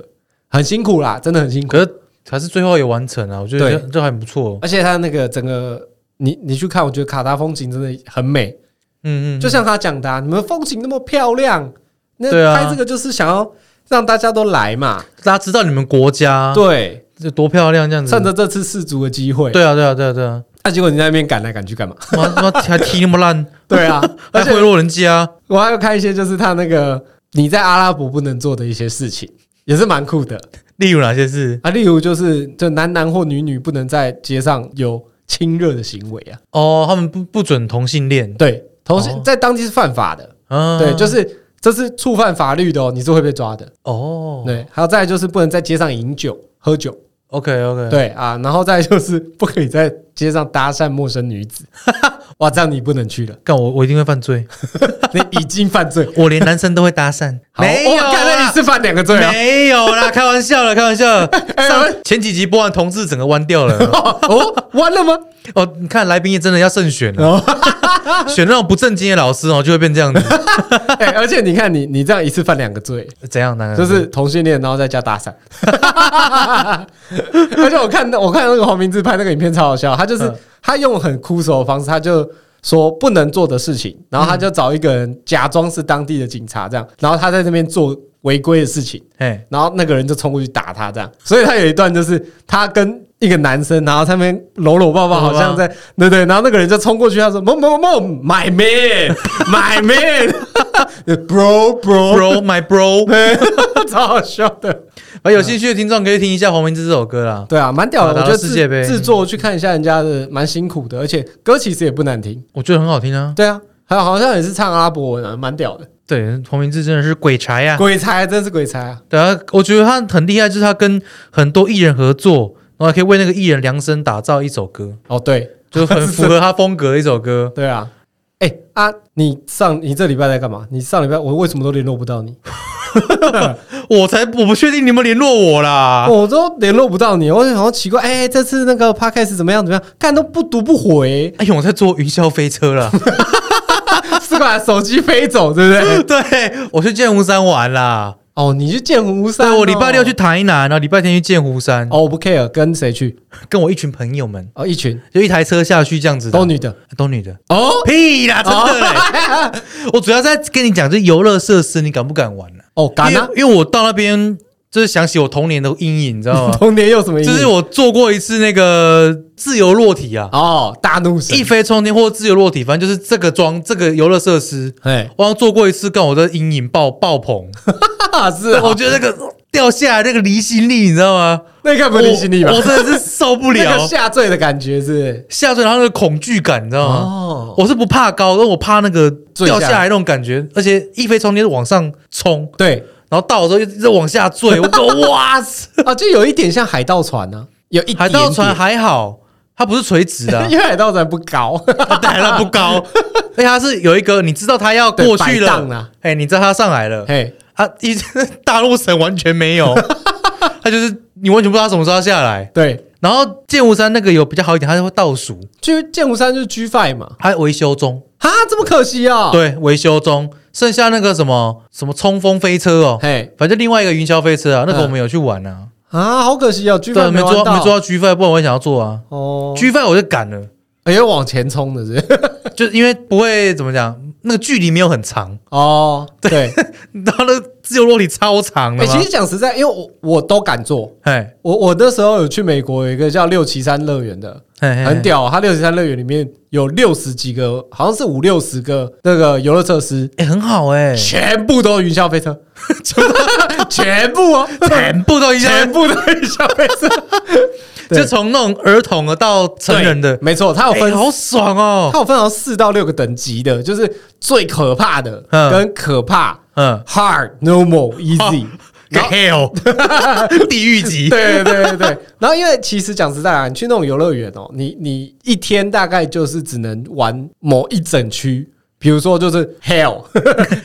[SPEAKER 1] 很辛苦啦，真的很辛苦。
[SPEAKER 2] 可是还是最后有完成啊，我觉得
[SPEAKER 1] 对
[SPEAKER 2] 这这还不错。
[SPEAKER 1] 而且它那个整个，你你去看，我觉得卡达风景真的很美，
[SPEAKER 2] 嗯嗯，
[SPEAKER 1] 就像他讲的、啊，你们风景那么漂亮，那
[SPEAKER 2] 对啊
[SPEAKER 1] 拍这个就是想要让大家都来嘛，
[SPEAKER 2] 大家知道你们国家
[SPEAKER 1] 对，
[SPEAKER 2] 有多漂亮，这样子。
[SPEAKER 1] 趁着这次世足的机会，
[SPEAKER 2] 嗯对啊对啊对啊对啊，
[SPEAKER 1] 那、结果你在那边赶来赶去 干嘛？
[SPEAKER 2] 妈妈还踢那么烂，
[SPEAKER 1] 对啊，
[SPEAKER 2] 还
[SPEAKER 1] 而且
[SPEAKER 2] 贿赂人家。
[SPEAKER 1] 我还要看一些就是他那个你在阿拉伯不能做的一些事情，也是蛮酷的。
[SPEAKER 2] 例如哪些事？
[SPEAKER 1] 啊，例如就是就男男或女女不能在街上有亲热的行为啊，
[SPEAKER 2] 哦，他们不不准同性恋。
[SPEAKER 1] 对，同性、
[SPEAKER 2] 哦
[SPEAKER 1] 在当地是犯法的，
[SPEAKER 2] 啊，
[SPEAKER 1] 对，就是这是触犯法律的哦，你是会被抓的，
[SPEAKER 2] 哦，
[SPEAKER 1] 对，还有再来就是不能在街上饮酒喝酒，
[SPEAKER 2] ，OK OK，，
[SPEAKER 1] 对啊，然后再来就是不可以在街上搭讪陌生女子， 哇，这样你不能去了，
[SPEAKER 2] 干我我一定会犯罪，
[SPEAKER 1] 你已经犯 罪，
[SPEAKER 2] 我连男生都会搭讪，
[SPEAKER 1] 好哇看来你是犯两个罪啊，
[SPEAKER 2] 啊没有啦，开玩笑了，开玩笑了。
[SPEAKER 1] 哎
[SPEAKER 2] 上前几集播完，同志整个弯掉了。
[SPEAKER 1] 哦，完了吗？
[SPEAKER 2] 哦，你看来宾也真的要慎选了，
[SPEAKER 1] 哦，
[SPEAKER 2] 选那种不正经的老师哦，就会变这样 子。
[SPEAKER 1] 哎，而且你看你你这样一次犯两个罪，
[SPEAKER 2] 怎样呢？
[SPEAKER 1] 就是同性恋，然后再加搭讪。 而且我看到我看那个黄明志拍那个影片超好笑，他就是、
[SPEAKER 2] 嗯
[SPEAKER 1] 他用很枯手的方式，他就说不能做的事情，然后他就找一个人假装是当地的警察这样，然后他在那边做违规的事情，
[SPEAKER 2] 哎，
[SPEAKER 1] 然后那个人就冲过去打他这样，所以他有一段就是他跟。一个男生，然后他们搂搂抱抱，好像在对对，然后那个人就冲过去，他说：“某某某，my man，my man，bro bro
[SPEAKER 2] bro my bro，
[SPEAKER 1] 超好笑的。
[SPEAKER 2] 啊，有兴趣的听众可以听一下黄明志这首歌啦。
[SPEAKER 1] 对啊，蛮屌的，
[SPEAKER 2] 好打
[SPEAKER 1] 我
[SPEAKER 2] 到
[SPEAKER 1] 觉得制
[SPEAKER 2] 世界杯
[SPEAKER 1] 制作去看一下人家的，蛮辛苦的，而且歌其实也不难听。
[SPEAKER 2] 我觉得很好听啊。
[SPEAKER 1] 对啊，还有好像也是唱阿拉伯文啊，蛮屌的。
[SPEAKER 2] 对，黄明志真的是鬼才呀、啊。
[SPEAKER 1] 鬼才真是鬼才啊！
[SPEAKER 2] 对啊，我觉得他很厉害，就是他跟很多艺人合作，然后还可以为那个艺人量身打造一首歌，
[SPEAKER 1] 哦，对
[SPEAKER 2] 就 是很符合他风格的一首歌。
[SPEAKER 1] 对啊，哎、啊，你上你这礼拜在干嘛？你上礼拜我为什么都联络不到你？
[SPEAKER 2] 我才我不确定你们联络我啦。，
[SPEAKER 1] 哦我都联络不到你，我就想说奇怪，哎、这次那个 podcast 怎么样？怎么样？看都不读不回
[SPEAKER 2] 哎呦，我在坐云霄飞车了。
[SPEAKER 1] 是吧？手机飞走，对不 对？
[SPEAKER 2] 对，我去剑湖山玩啦。
[SPEAKER 1] 哦，你去剑湖山、
[SPEAKER 2] 对，
[SPEAKER 1] 哦，
[SPEAKER 2] 我礼拜六去。台南，然后礼拜天去剑湖山，
[SPEAKER 1] 哦，我不 care，跟谁去？
[SPEAKER 2] 跟我一群朋友们，
[SPEAKER 1] 哦，一群
[SPEAKER 2] 就一台车下去这样子的，
[SPEAKER 1] 都女哦的。
[SPEAKER 2] 都女的。
[SPEAKER 1] 哦，
[SPEAKER 2] 屁啦，真的嘞！ 我主要在跟你讲，就是游乐设施，你敢不敢玩呢、
[SPEAKER 1] 哦，敢啊！
[SPEAKER 2] 因为因为我到那边，就是想起我童年的阴影，你知道 吗？
[SPEAKER 1] 童年有什么意
[SPEAKER 2] 就
[SPEAKER 1] 思？
[SPEAKER 2] 哦是我做过一次那个自由落体啊，
[SPEAKER 1] 哦，大怒神
[SPEAKER 2] 一，飞冲天或者自由落体，反正就是这个装这个游乐设施，
[SPEAKER 1] 哎，
[SPEAKER 2] 我好像做过一次，跟我的阴影爆爆棚。
[SPEAKER 1] 是啊
[SPEAKER 2] 我觉得那个掉下来那个离心力，你知道吗？
[SPEAKER 1] 那个不离心力吧
[SPEAKER 2] 我？我真的是受 不
[SPEAKER 1] 那个
[SPEAKER 2] 了，
[SPEAKER 1] 下坠的感觉 是
[SPEAKER 2] 下坠然后那个恐惧感，你知道吗？
[SPEAKER 1] 哦，
[SPEAKER 2] 我是不怕高，但我怕那个
[SPEAKER 1] 坠下
[SPEAKER 2] 掉
[SPEAKER 1] 来
[SPEAKER 2] 下来那种感觉，而且一飞冲天是往上冲，
[SPEAKER 1] 对
[SPEAKER 2] 然后到的时候又一直往下坠，我靠，哇塞！
[SPEAKER 1] 啊，就有一点像海盗船呢，有一点
[SPEAKER 2] 海盗船
[SPEAKER 1] 点
[SPEAKER 2] 还好，它不是垂直的、啊
[SPEAKER 1] ，因为海盗船不高，
[SPEAKER 2] 它当然不高，而且它是有一个，你知道它要过
[SPEAKER 1] 对
[SPEAKER 2] 去
[SPEAKER 1] 摆荡
[SPEAKER 2] 了
[SPEAKER 1] 啊，
[SPEAKER 2] 哎、你知道它上来了，
[SPEAKER 1] 嘿，
[SPEAKER 2] 啊，一 大陆神完全没 有，它就是你完全不知道它什么时候要下来。
[SPEAKER 1] 对，
[SPEAKER 2] 然后剑湖山那个有比较好一点，它会倒数，
[SPEAKER 1] 去剑湖山就是 G Five 嘛，
[SPEAKER 2] 还维修中，
[SPEAKER 1] 啊，这么可惜啊，，
[SPEAKER 2] 对，维修中。剩下那个什么什么冲锋飞车哦，
[SPEAKER 1] 嘿
[SPEAKER 2] 反正另外一个云霄飞车啊，那个
[SPEAKER 1] 嗯
[SPEAKER 2] 我们有去玩啊，
[SPEAKER 1] 啊，好可惜哦，G
[SPEAKER 2] 对，
[SPEAKER 1] Five
[SPEAKER 2] 没
[SPEAKER 1] 玩
[SPEAKER 2] 做
[SPEAKER 1] 到，
[SPEAKER 2] 没做到 G five，不然我也想要做啊。
[SPEAKER 1] 哦，
[SPEAKER 2] G five 我就赶了，
[SPEAKER 1] 哎要往前冲的 是，
[SPEAKER 2] 就因为不会怎么讲，那个距离没有很长，
[SPEAKER 1] 哦，对，
[SPEAKER 2] 然后那个自由落体超长的
[SPEAKER 1] 哎，
[SPEAKER 2] 嘛，
[SPEAKER 1] 其实讲实在，因为我我都敢做。
[SPEAKER 2] 哎
[SPEAKER 1] 我我那时候有去美国，有一个叫六旗山乐园的，
[SPEAKER 2] 哎哎
[SPEAKER 1] 很，屌、啊它六十三乐园里面有六十几个，好像是五六十个那个游乐设施，
[SPEAKER 2] 哎很好 哎，
[SPEAKER 1] 全部都云霄飞车，全部哦，
[SPEAKER 2] 全部都一下，
[SPEAKER 1] 全部都云霄飞车，对
[SPEAKER 2] 就从那种儿童的到 成人的
[SPEAKER 1] 对，没错，它有
[SPEAKER 2] 哎
[SPEAKER 1] 分。
[SPEAKER 2] 好爽哦，
[SPEAKER 1] 它有分好像四到六个等级的，就是最可怕的
[SPEAKER 2] 嗯
[SPEAKER 1] 跟可怕、
[SPEAKER 2] 嗯
[SPEAKER 1] hard、normal、easy，然
[SPEAKER 2] 哦
[SPEAKER 1] 后
[SPEAKER 2] hell，地狱级，
[SPEAKER 1] 对对对对对。 然后因为其实讲实在啊，你去那种游乐园哦，你你一天大概就是只能玩某一整区，比如说就是 Hell
[SPEAKER 2] 只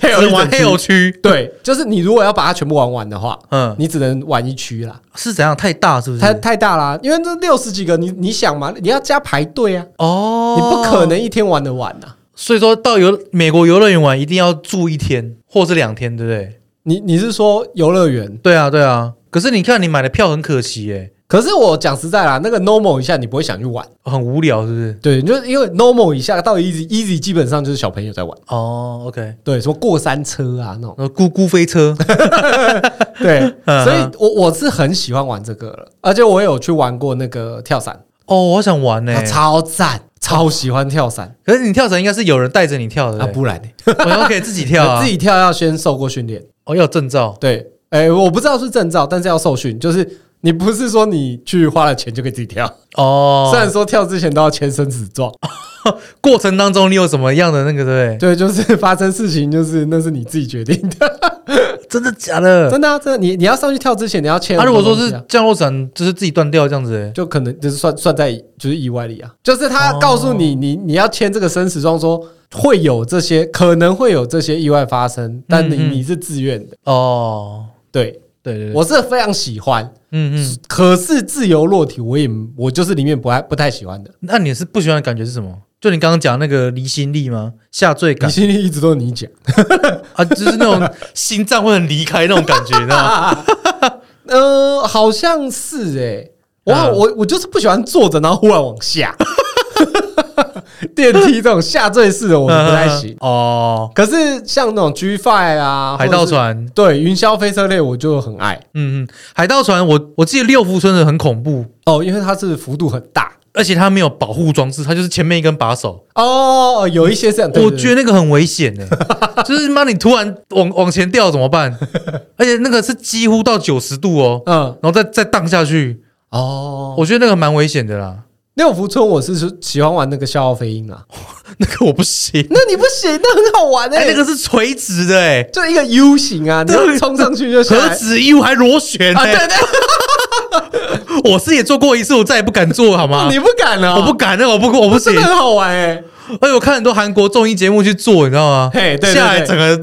[SPEAKER 1] Hell
[SPEAKER 2] 玩
[SPEAKER 1] 一整
[SPEAKER 2] Hell
[SPEAKER 1] 区
[SPEAKER 2] 区，
[SPEAKER 1] 对，就是你如果要把它全部玩完的话，
[SPEAKER 2] 嗯，
[SPEAKER 1] 你只能玩一区啦，
[SPEAKER 2] 是怎样？太大是不是？
[SPEAKER 1] 太太大啦，因为这六十几个，你你想嘛，你要加排队啊，
[SPEAKER 2] 哦，
[SPEAKER 1] 你不可。能一天玩得完啊呐、
[SPEAKER 2] 所以说到游美国游乐园玩一定要住一天或是两天，对不对？
[SPEAKER 1] 你你是说游乐园？
[SPEAKER 2] 对啊，对啊。可是你看你买的票很可惜耶、
[SPEAKER 1] 可是我讲实在啦，那个 normal 一下你不会想去玩，
[SPEAKER 2] 很无聊，是不是？
[SPEAKER 1] 对，你就是因为 normal 一下到 easy easy 基本上就是小朋友在玩，
[SPEAKER 2] 哦，OK。
[SPEAKER 1] 对，什么过山车啊那种，
[SPEAKER 2] 那咕咕呃 飞车，
[SPEAKER 1] 对，
[SPEAKER 2] 嗯
[SPEAKER 1] 所以我我是很喜欢玩这个了，而且我有去玩过那个跳伞，
[SPEAKER 2] 哦，我想玩呢、
[SPEAKER 1] 啊超赞，超喜欢跳伞
[SPEAKER 2] 可是你跳绳应该是有人带着你跳的，
[SPEAKER 1] 啊，
[SPEAKER 2] 对不
[SPEAKER 1] 不然呢？
[SPEAKER 2] 对，我我可以自己跳啊，
[SPEAKER 1] 自己跳要先受过训练。
[SPEAKER 2] 哦要有证照，
[SPEAKER 1] 对，哎、我不知道是证照，但是要受训，就是你不是说你去花了钱就可以自己跳，
[SPEAKER 2] 哦，
[SPEAKER 1] 虽然说跳之前都要签生死状，
[SPEAKER 2] 过程当中你有什么样的那个对
[SPEAKER 1] 对，就是发生事情就是那是你自己决定的，
[SPEAKER 2] 不对？真的假 的？
[SPEAKER 1] 真的、啊，真的，你你要上去跳之前你要签
[SPEAKER 2] 他、
[SPEAKER 1] 很
[SPEAKER 2] 如
[SPEAKER 1] 多
[SPEAKER 2] 果
[SPEAKER 1] 东
[SPEAKER 2] 说
[SPEAKER 1] 西啊、
[SPEAKER 2] 是降落伞，就是自己断掉这样子、欸，
[SPEAKER 1] 就可能就是算算在就是意外里啊，就是他
[SPEAKER 2] 哦
[SPEAKER 1] 告诉你你你要签这个生死状说。会有这些，可能会有这些意外发生，但你
[SPEAKER 2] 嗯嗯
[SPEAKER 1] 你是自愿的，
[SPEAKER 2] 哦，
[SPEAKER 1] 对
[SPEAKER 2] 对对对，
[SPEAKER 1] 我是非常喜欢，
[SPEAKER 2] 嗯嗯，
[SPEAKER 1] 可是自由落体我也我就是里面不爱不太喜欢的，
[SPEAKER 2] 那你是不喜欢的感觉是什么？就你刚刚讲那个离心力吗？下坠
[SPEAKER 1] 你
[SPEAKER 2] 感
[SPEAKER 1] 心里一直都是你讲。
[SPEAKER 2] 啊，就是那 种心脏会很离开那种感觉，你知道 吗？
[SPEAKER 1] 呃，好像是哎、我、
[SPEAKER 2] 嗯
[SPEAKER 1] 我我就是不喜欢坐着，然后忽然往下， 电梯这种下坠式的我们不太行
[SPEAKER 2] 嗯。哦，
[SPEAKER 1] 可是像那种 G Five 啊，
[SPEAKER 2] 海盗船
[SPEAKER 1] 或者是，对云霄飞车类我就很爱
[SPEAKER 2] 嗯嗯，海盗船，我我记得六福村的很恐怖，
[SPEAKER 1] 哦，因为它是幅度很大
[SPEAKER 2] 而且它没有保护装置，它就是前面一根把手，
[SPEAKER 1] 哦，有一些是这样，对
[SPEAKER 2] 我
[SPEAKER 1] 对
[SPEAKER 2] 觉得那个很危险 呢、就是妈你突然往往前掉怎么办？而且那个是几乎到九十度哦，
[SPEAKER 1] 对嗯
[SPEAKER 2] 然后再再荡下去，
[SPEAKER 1] 哦，
[SPEAKER 2] 我觉得那个蛮危险的啦，
[SPEAKER 1] 六福村我是喜欢玩那个消耗飞鹰 啊，
[SPEAKER 2] 那个我不行，
[SPEAKER 1] 那你不行，那很好玩哎、
[SPEAKER 2] 哎、那个是垂直的哎、
[SPEAKER 1] 就一个 U 型啊，你要冲上去就下
[SPEAKER 2] 何
[SPEAKER 1] 来
[SPEAKER 2] 止 U 还螺旋、欸、
[SPEAKER 1] 啊，对对
[SPEAKER 2] 我是也做过一次，我再也不敢做，好吗？
[SPEAKER 1] 你不敢啊？
[SPEAKER 2] 我不敢，那我不，我不行
[SPEAKER 1] 真。的很好玩哎、
[SPEAKER 2] 而且我看很多韩国综艺节目去做，你知道吗？
[SPEAKER 1] 嘿对对
[SPEAKER 2] 下来
[SPEAKER 1] 对
[SPEAKER 2] 整个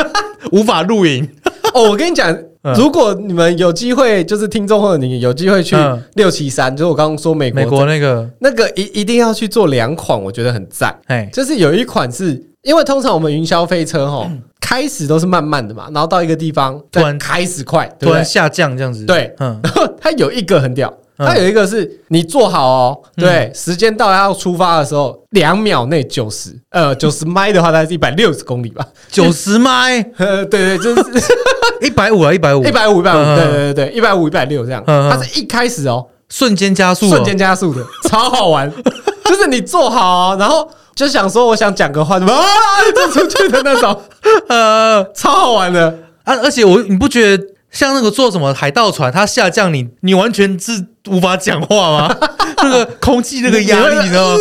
[SPEAKER 2] 无法录影。
[SPEAKER 1] 哦，我跟你讲
[SPEAKER 2] 嗯，
[SPEAKER 1] 如果你们有机会，就是听众或者你有机会去
[SPEAKER 2] 嗯
[SPEAKER 1] 六七三，就是我刚刚说美国
[SPEAKER 2] 美国那个，
[SPEAKER 1] 那个一一定要去做两款，我觉得很赞。
[SPEAKER 2] 哎，
[SPEAKER 1] 就是有一款是因为通常我们云霄飞车哈，
[SPEAKER 2] 嗯
[SPEAKER 1] 开始都是慢慢的嘛，然后到一个地方
[SPEAKER 2] 突然
[SPEAKER 1] 再开始快，对
[SPEAKER 2] 突
[SPEAKER 1] 不
[SPEAKER 2] 然
[SPEAKER 1] 对？
[SPEAKER 2] 下降这样子。
[SPEAKER 1] 对
[SPEAKER 2] 嗯，
[SPEAKER 1] 然后 它有一个很屌，
[SPEAKER 2] 嗯
[SPEAKER 1] 它有一个是你做好哦，对，时间到要出发的时候，两秒内九十， 呃，九十迈的话，大概是一百六十公里吧。
[SPEAKER 2] 九十迈，
[SPEAKER 1] 呃，对对， 就是
[SPEAKER 2] 一百五啊，一百五，
[SPEAKER 1] 一百五、一百五，
[SPEAKER 2] 嗯
[SPEAKER 1] 对对对对，一百五、一百六这样。
[SPEAKER 2] 嗯嗯
[SPEAKER 1] 它是一开始哦，
[SPEAKER 2] 瞬间加速哦，
[SPEAKER 1] 瞬间加速的，超好玩。就是你做好哦，然后就想说我想讲个话，什么啊，就出去的那种，
[SPEAKER 2] 呃
[SPEAKER 1] 超好玩的。
[SPEAKER 2] 啊！而且我，你不觉得像那个做什么海盗船，它下降你，你完全是无法讲话吗？ 那个空气那个压力，你知道吗？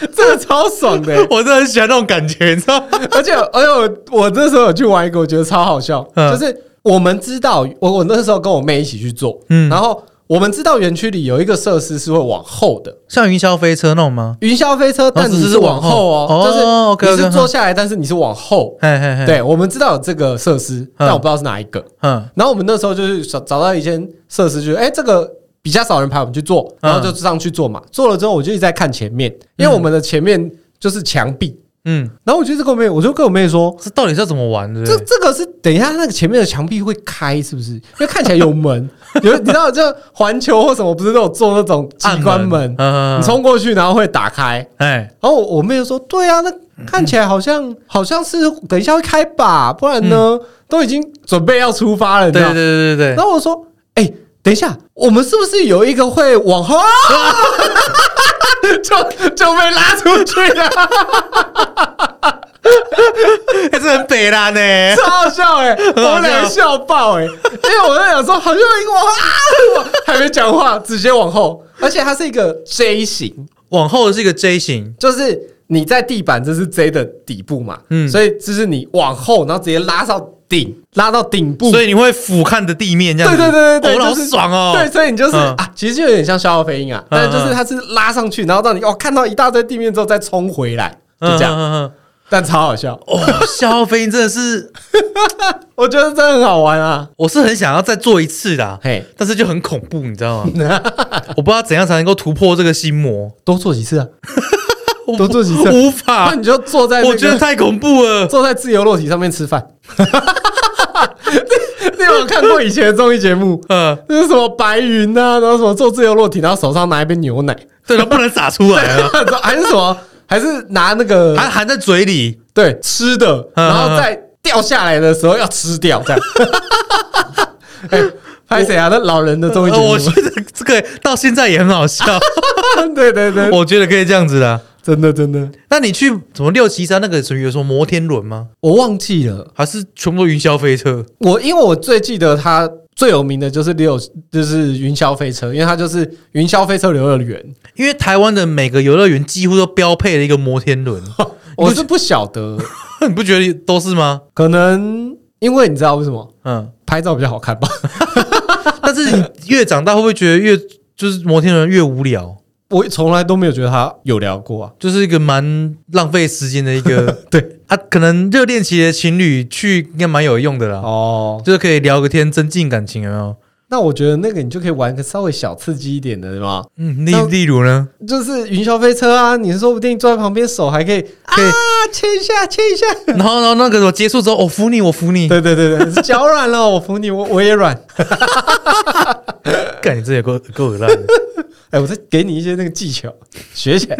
[SPEAKER 1] 这个超爽的、
[SPEAKER 2] 我真的很喜欢那种感觉，你知道吗？
[SPEAKER 1] 而且而且我我那时候有去玩一个，我觉得超好笑，
[SPEAKER 2] 嗯
[SPEAKER 1] 就是我们知道，我我那时候跟我妹一起去做，
[SPEAKER 2] 嗯
[SPEAKER 1] 然后我们知道园区里有一个设施是会往后的，
[SPEAKER 2] 像云霄飞车那种吗？
[SPEAKER 1] 云霄飞车，但
[SPEAKER 2] 只
[SPEAKER 1] 你
[SPEAKER 2] 哦是
[SPEAKER 1] 是往
[SPEAKER 2] 往
[SPEAKER 1] 后
[SPEAKER 2] 后哦
[SPEAKER 1] 哦，就是你
[SPEAKER 2] OK，OK，嗯
[SPEAKER 1] 是坐下来，但是你是往后。
[SPEAKER 2] 嘿嘿嘿，，
[SPEAKER 1] 对，我们知道有这个设施，但我不知道是哪一个。
[SPEAKER 2] 嗯，
[SPEAKER 1] 然后我们那时候就是找找到一间设施，就是哎，这个比较少人排，我们去做，
[SPEAKER 2] 嗯
[SPEAKER 1] 然后就上去做嘛。做了之后，我就一直在看前面，因为我们的前面就是墙壁。
[SPEAKER 2] 嗯，
[SPEAKER 1] 然后我就一直跟我妹，我就跟我妹说，
[SPEAKER 2] 这到底是要怎么玩的？
[SPEAKER 1] 这这个是等一下那个前面的墙壁会开是不是？因为看起来有门， 有你知道，就环球或什么不是都有做那种机
[SPEAKER 2] 按
[SPEAKER 1] 关门，
[SPEAKER 2] 嗯，
[SPEAKER 1] 你冲过去然后会打开。
[SPEAKER 2] 哎，
[SPEAKER 1] 然后我我妹就说：“对啊，那
[SPEAKER 2] 嗯
[SPEAKER 1] 看起来好像好像是等一下会开吧，不然呢、都已经准备要出发了，你
[SPEAKER 2] 对
[SPEAKER 1] 知道
[SPEAKER 2] 嗯对对对
[SPEAKER 1] 然
[SPEAKER 2] 对，
[SPEAKER 1] 后我说：“哎、等一下，我们是不是有一个会往后？”啊 就就被拉出去了，
[SPEAKER 2] 哎， 这很北啦呢，
[SPEAKER 1] 超好笑哎、我们两个笑爆哎、因为我在想说，好像有一个往后啊，我还没讲话，直接往后，而且它是一个 J 型，
[SPEAKER 2] 往后的是一个 J 型，
[SPEAKER 1] 就是你在地板，这是 J 的底部嘛，
[SPEAKER 2] 嗯
[SPEAKER 1] 所以就是你往后，然后直接拉到顶，拉到顶部，
[SPEAKER 2] 所以你会俯瞰的地面这样
[SPEAKER 1] 对对
[SPEAKER 2] 子，
[SPEAKER 1] 对对对，
[SPEAKER 2] 哦
[SPEAKER 1] 就
[SPEAKER 2] 好
[SPEAKER 1] 是
[SPEAKER 2] 爽哦，
[SPEAKER 1] 对，所以你就是、
[SPEAKER 2] 嗯
[SPEAKER 1] 啊，其实就有点像消耗飞鹰啊，但是就是它是拉上去，然后让你哦看到一大堆地面之后再冲回来，就这样，
[SPEAKER 2] 嗯嗯嗯
[SPEAKER 1] 但超好笑，
[SPEAKER 2] 嗯哦，消费真的是，
[SPEAKER 1] 我觉得真的很好玩啊，
[SPEAKER 2] 我是很想要再做一次的啊、
[SPEAKER 1] 嘿，
[SPEAKER 2] 但是就很恐怖，你知道吗？ 我不知道怎样才能够突破这个心魔，
[SPEAKER 1] 多做几次啊，
[SPEAKER 2] 我
[SPEAKER 1] 多做几次
[SPEAKER 2] 无
[SPEAKER 1] 那
[SPEAKER 2] 法
[SPEAKER 1] 你，就坐在、那个
[SPEAKER 2] 我觉得太恐 怖了。
[SPEAKER 1] 坐在自由落体上面吃饭。 你你有没有看过以前的综艺节目？
[SPEAKER 2] 嗯，
[SPEAKER 1] 就是什么白云呐、然后什么做自由落体，然后手上拿一杯牛奶，
[SPEAKER 2] 对了，不能洒出来啊，
[SPEAKER 1] 还是什么，还是拿那个
[SPEAKER 2] 还含在嘴里，
[SPEAKER 1] 对吃的，
[SPEAKER 2] 嗯
[SPEAKER 1] 然后再掉下来的时候要吃掉，这样。 哎拍谁啊？那老人的综艺节
[SPEAKER 2] 呃
[SPEAKER 1] 目
[SPEAKER 2] 我，觉得这个到现在也很好笑，
[SPEAKER 1] 对对对，
[SPEAKER 2] 我觉得可以这样子的啊。
[SPEAKER 1] 真的真的，
[SPEAKER 2] 那你去什么六七三那个什么有什么摩天轮吗？
[SPEAKER 1] 我忘记了。
[SPEAKER 2] 还是全部都云霄飞车？
[SPEAKER 1] 我因为我最记得他最有名的就是六，就是云霄飞车，因为它就是云霄飞车游乐园。
[SPEAKER 2] 因为台湾的每个游乐园几乎都标配了一个摩 天轮，
[SPEAKER 1] 我是不晓得，
[SPEAKER 2] 你不觉得都是吗？
[SPEAKER 1] 可能因为你知道为什么
[SPEAKER 2] 嗯，
[SPEAKER 1] 拍照比较好看吧？
[SPEAKER 2] 但是你越长大会不会觉得越就是摩天轮越无聊？
[SPEAKER 1] 我从来都没有觉得他有聊过啊。
[SPEAKER 2] 就是一个蛮浪费时间的一 个
[SPEAKER 1] 对，
[SPEAKER 2] 啊，可能热恋期的情侣去应该蛮有用的啦，
[SPEAKER 1] 哦，
[SPEAKER 2] 就是可以聊个天，增进感情，有没有？
[SPEAKER 1] 那我觉得那个你就可以玩个稍微小刺激一点的，对吗？
[SPEAKER 2] 嗯，例
[SPEAKER 1] 那
[SPEAKER 2] 例如呢？
[SPEAKER 1] 就是云霄飞车啊，你说不定坐在旁边手还可以可以啊牵一下牵一下，
[SPEAKER 2] 然后然后那个我结束之后，我、扶你，我扶你，
[SPEAKER 1] 对对对对，脚软了，我扶你，我我也软。
[SPEAKER 2] 干你这也够够恶烂的。
[SPEAKER 1] 哎，我再给你一些那个技巧，学 起来。。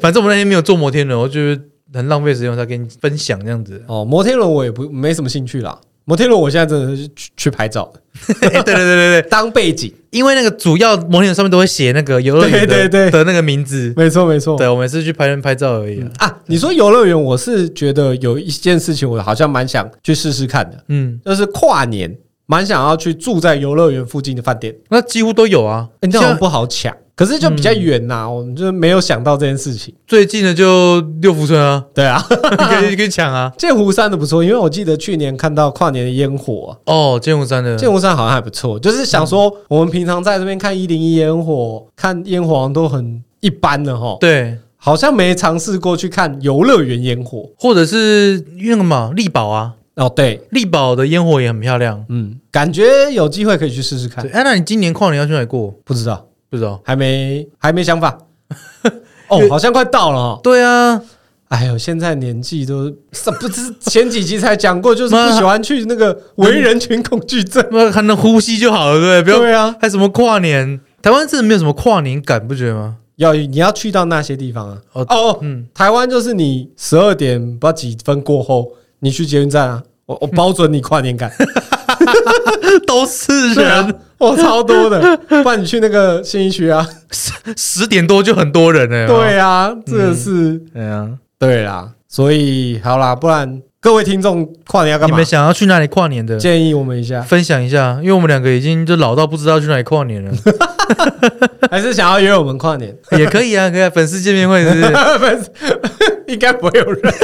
[SPEAKER 2] 反正我们那天没有做摩天轮，我觉得很浪费时间，我才跟你分享这样子
[SPEAKER 1] 哦，摩天轮我也不没什么兴趣啦。摩天轮我现在真的是去去拍照的，
[SPEAKER 2] 哎对对对对对，
[SPEAKER 1] 当背景。
[SPEAKER 2] 因为那个主要摩天轮上面都会写那个游乐园的
[SPEAKER 1] 对对对
[SPEAKER 2] 的那个名字。
[SPEAKER 1] 没错没错，
[SPEAKER 2] 对，我们是去拍人拍照而已啊。
[SPEAKER 1] 啊，你说游乐园，我是觉得有一件事情，我好像蛮想去试试看的，
[SPEAKER 2] 嗯，
[SPEAKER 1] 就是跨年，蛮想要去住在游乐园附近的饭店，
[SPEAKER 2] 那几乎都有啊。
[SPEAKER 1] 欸、那好像
[SPEAKER 2] 像
[SPEAKER 1] 不好抢，嗯可是就比较远呐、我们就没有想到这件事情。
[SPEAKER 2] 最近的就六福村 啊，
[SPEAKER 1] 对啊，
[SPEAKER 2] 你可以可以抢啊。
[SPEAKER 1] 剑湖山的不错，因为我记得去年看到跨年的烟火啊、
[SPEAKER 2] 哦，剑湖山的，
[SPEAKER 1] 剑湖山好像还不错，就是想说我们平常在这边看一零一烟火、看烟火好像都很一般的哈，
[SPEAKER 2] 对，
[SPEAKER 1] 好像没尝试过去看游乐园烟火。
[SPEAKER 2] 或者是那个嘛，力宝啊，
[SPEAKER 1] 哦，对，
[SPEAKER 2] 力宝的烟火也很漂亮。
[SPEAKER 1] 嗯，感觉有机会可以去试试看
[SPEAKER 2] 对，，哎、那你今年跨年要去哪里过？
[SPEAKER 1] 不知道。
[SPEAKER 2] 不知道。
[SPEAKER 1] 还没还没想 法。哦，
[SPEAKER 2] 越
[SPEAKER 1] 好像快到了哦。
[SPEAKER 2] 对啊，
[SPEAKER 1] 哎呦，现在年纪都 是不是前几集才讲过，就是不喜欢去那个为人群恐惧症。
[SPEAKER 2] 那还能呼吸就好了， 对不对？不要
[SPEAKER 1] 对啊，
[SPEAKER 2] 还什么跨年，台湾真的没有什么跨年感，不觉得吗？
[SPEAKER 1] 要你要去到那些地方啊。哦
[SPEAKER 2] 哦
[SPEAKER 1] 哦，
[SPEAKER 2] 嗯，
[SPEAKER 1] 台湾就是你十二点不知道几分过后，你去捷运站啊，我 我包准你跨年感。
[SPEAKER 2] 都 是
[SPEAKER 1] 对啊
[SPEAKER 2] 人，，
[SPEAKER 1] 我超多的。 不然你去那个新一区啊。
[SPEAKER 2] 十点多就很多人了。有哦没有，
[SPEAKER 1] 对啊，
[SPEAKER 2] 嗯
[SPEAKER 1] 这个是
[SPEAKER 2] 对啊。
[SPEAKER 1] 对啦。所以好啦，不然各位听众跨年要干
[SPEAKER 2] 你
[SPEAKER 1] 嘛
[SPEAKER 2] 们？想要去哪里跨年的？
[SPEAKER 1] 建议我们一下。
[SPEAKER 2] 分享一下，因为我们两个已经就老到不知道去哪里跨年了，
[SPEAKER 1] 还是想要约我们跨年？
[SPEAKER 2] 也可以啊，可以啊，粉丝见面会是不 是？
[SPEAKER 1] 应该不会有人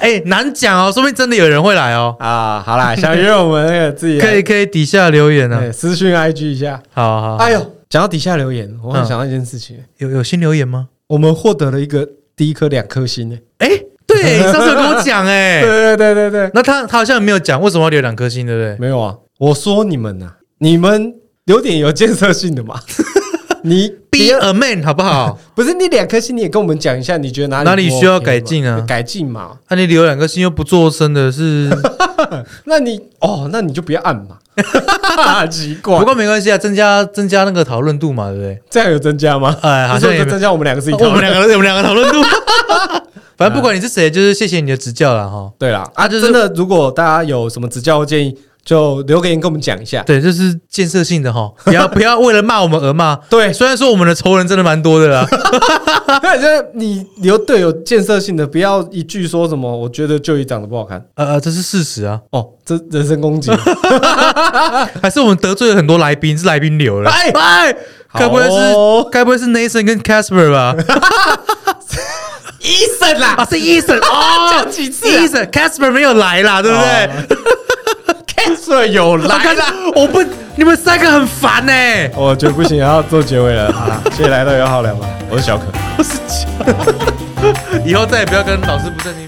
[SPEAKER 2] 哎、难讲哦，说不定真的有人会来哦，
[SPEAKER 1] 啊。好啦，想约我们那个自己
[SPEAKER 2] 可以可以底下留言啊
[SPEAKER 1] 对，私讯 IG 一下。
[SPEAKER 2] 好好，
[SPEAKER 1] 哎呦，讲到底下留言，我很想到一件事情，
[SPEAKER 2] 有有新留言吗？
[SPEAKER 1] 嗯我们获得了一个第一颗两颗星诶。
[SPEAKER 2] 哎、对， 上次有跟我讲哎、
[SPEAKER 1] 对对对对对，
[SPEAKER 2] 那他他好像没有讲为什么要留两颗星，对 不对？
[SPEAKER 1] 没有啊，我说你们呐，你们有点有建设性的 嘛。 你
[SPEAKER 2] Be a man 好 不好？
[SPEAKER 1] 不是你两颗星，你也跟我们讲一下，你觉得哪里
[SPEAKER 2] 哪里
[SPEAKER 1] 不
[SPEAKER 2] 需要
[SPEAKER 1] OK 嘛
[SPEAKER 2] 改进啊
[SPEAKER 1] 改进嘛？
[SPEAKER 2] 那、你留两颗星又不做声的是，
[SPEAKER 1] 那你哦，那你就不要按 嘛。奇怪
[SPEAKER 2] 不，过没关系啊，增加增加那个讨论度嘛，对不对？
[SPEAKER 1] 这样有增加吗？
[SPEAKER 2] 哎，好
[SPEAKER 1] 不是
[SPEAKER 2] 像
[SPEAKER 1] 我
[SPEAKER 2] 也
[SPEAKER 1] 就
[SPEAKER 2] 没哦
[SPEAKER 1] 增加我们两个自己讨
[SPEAKER 2] 我
[SPEAKER 1] 论
[SPEAKER 2] 们两个我们两个 讨论度，反正不管你是谁，就是谢谢你的指教了哈。
[SPEAKER 1] 对啦，
[SPEAKER 2] 啊
[SPEAKER 1] 啊，
[SPEAKER 2] 就是
[SPEAKER 1] 真的，如果大家有什么指教或建议，就留个言跟我们讲一下。
[SPEAKER 2] 对，这是建设性的哈，不要不要为了骂我们而骂。
[SPEAKER 1] 对，
[SPEAKER 2] 哎虽然说我们的仇人真的蛮多的啦，
[SPEAKER 1] 那就是你留对有建设性的，不要一句说什么，我觉得就一长得不好看
[SPEAKER 2] 呃呃，这是事实啊。
[SPEAKER 1] 哦，这人身攻 击。
[SPEAKER 2] 还是我们得罪了很多来宾，是来宾流了。
[SPEAKER 1] 哎
[SPEAKER 2] 哎，该不会
[SPEAKER 1] 好哦
[SPEAKER 2] 是该不会是 Nathan 跟 Casper 吧？
[SPEAKER 1] 医生啦
[SPEAKER 2] 啊，是 Eason 哦，
[SPEAKER 1] 讲几次啊
[SPEAKER 2] Eason，Casper 没有来啦，对不对？
[SPEAKER 1] ，Cancer 有来啦。哦
[SPEAKER 2] 了，我不，你们三个很烦呢、
[SPEAKER 1] 我觉得不行，要做结尾了。好啦，谢谢来到有好聊吧，我是小可。
[SPEAKER 2] 以后再也不要跟老师不正经。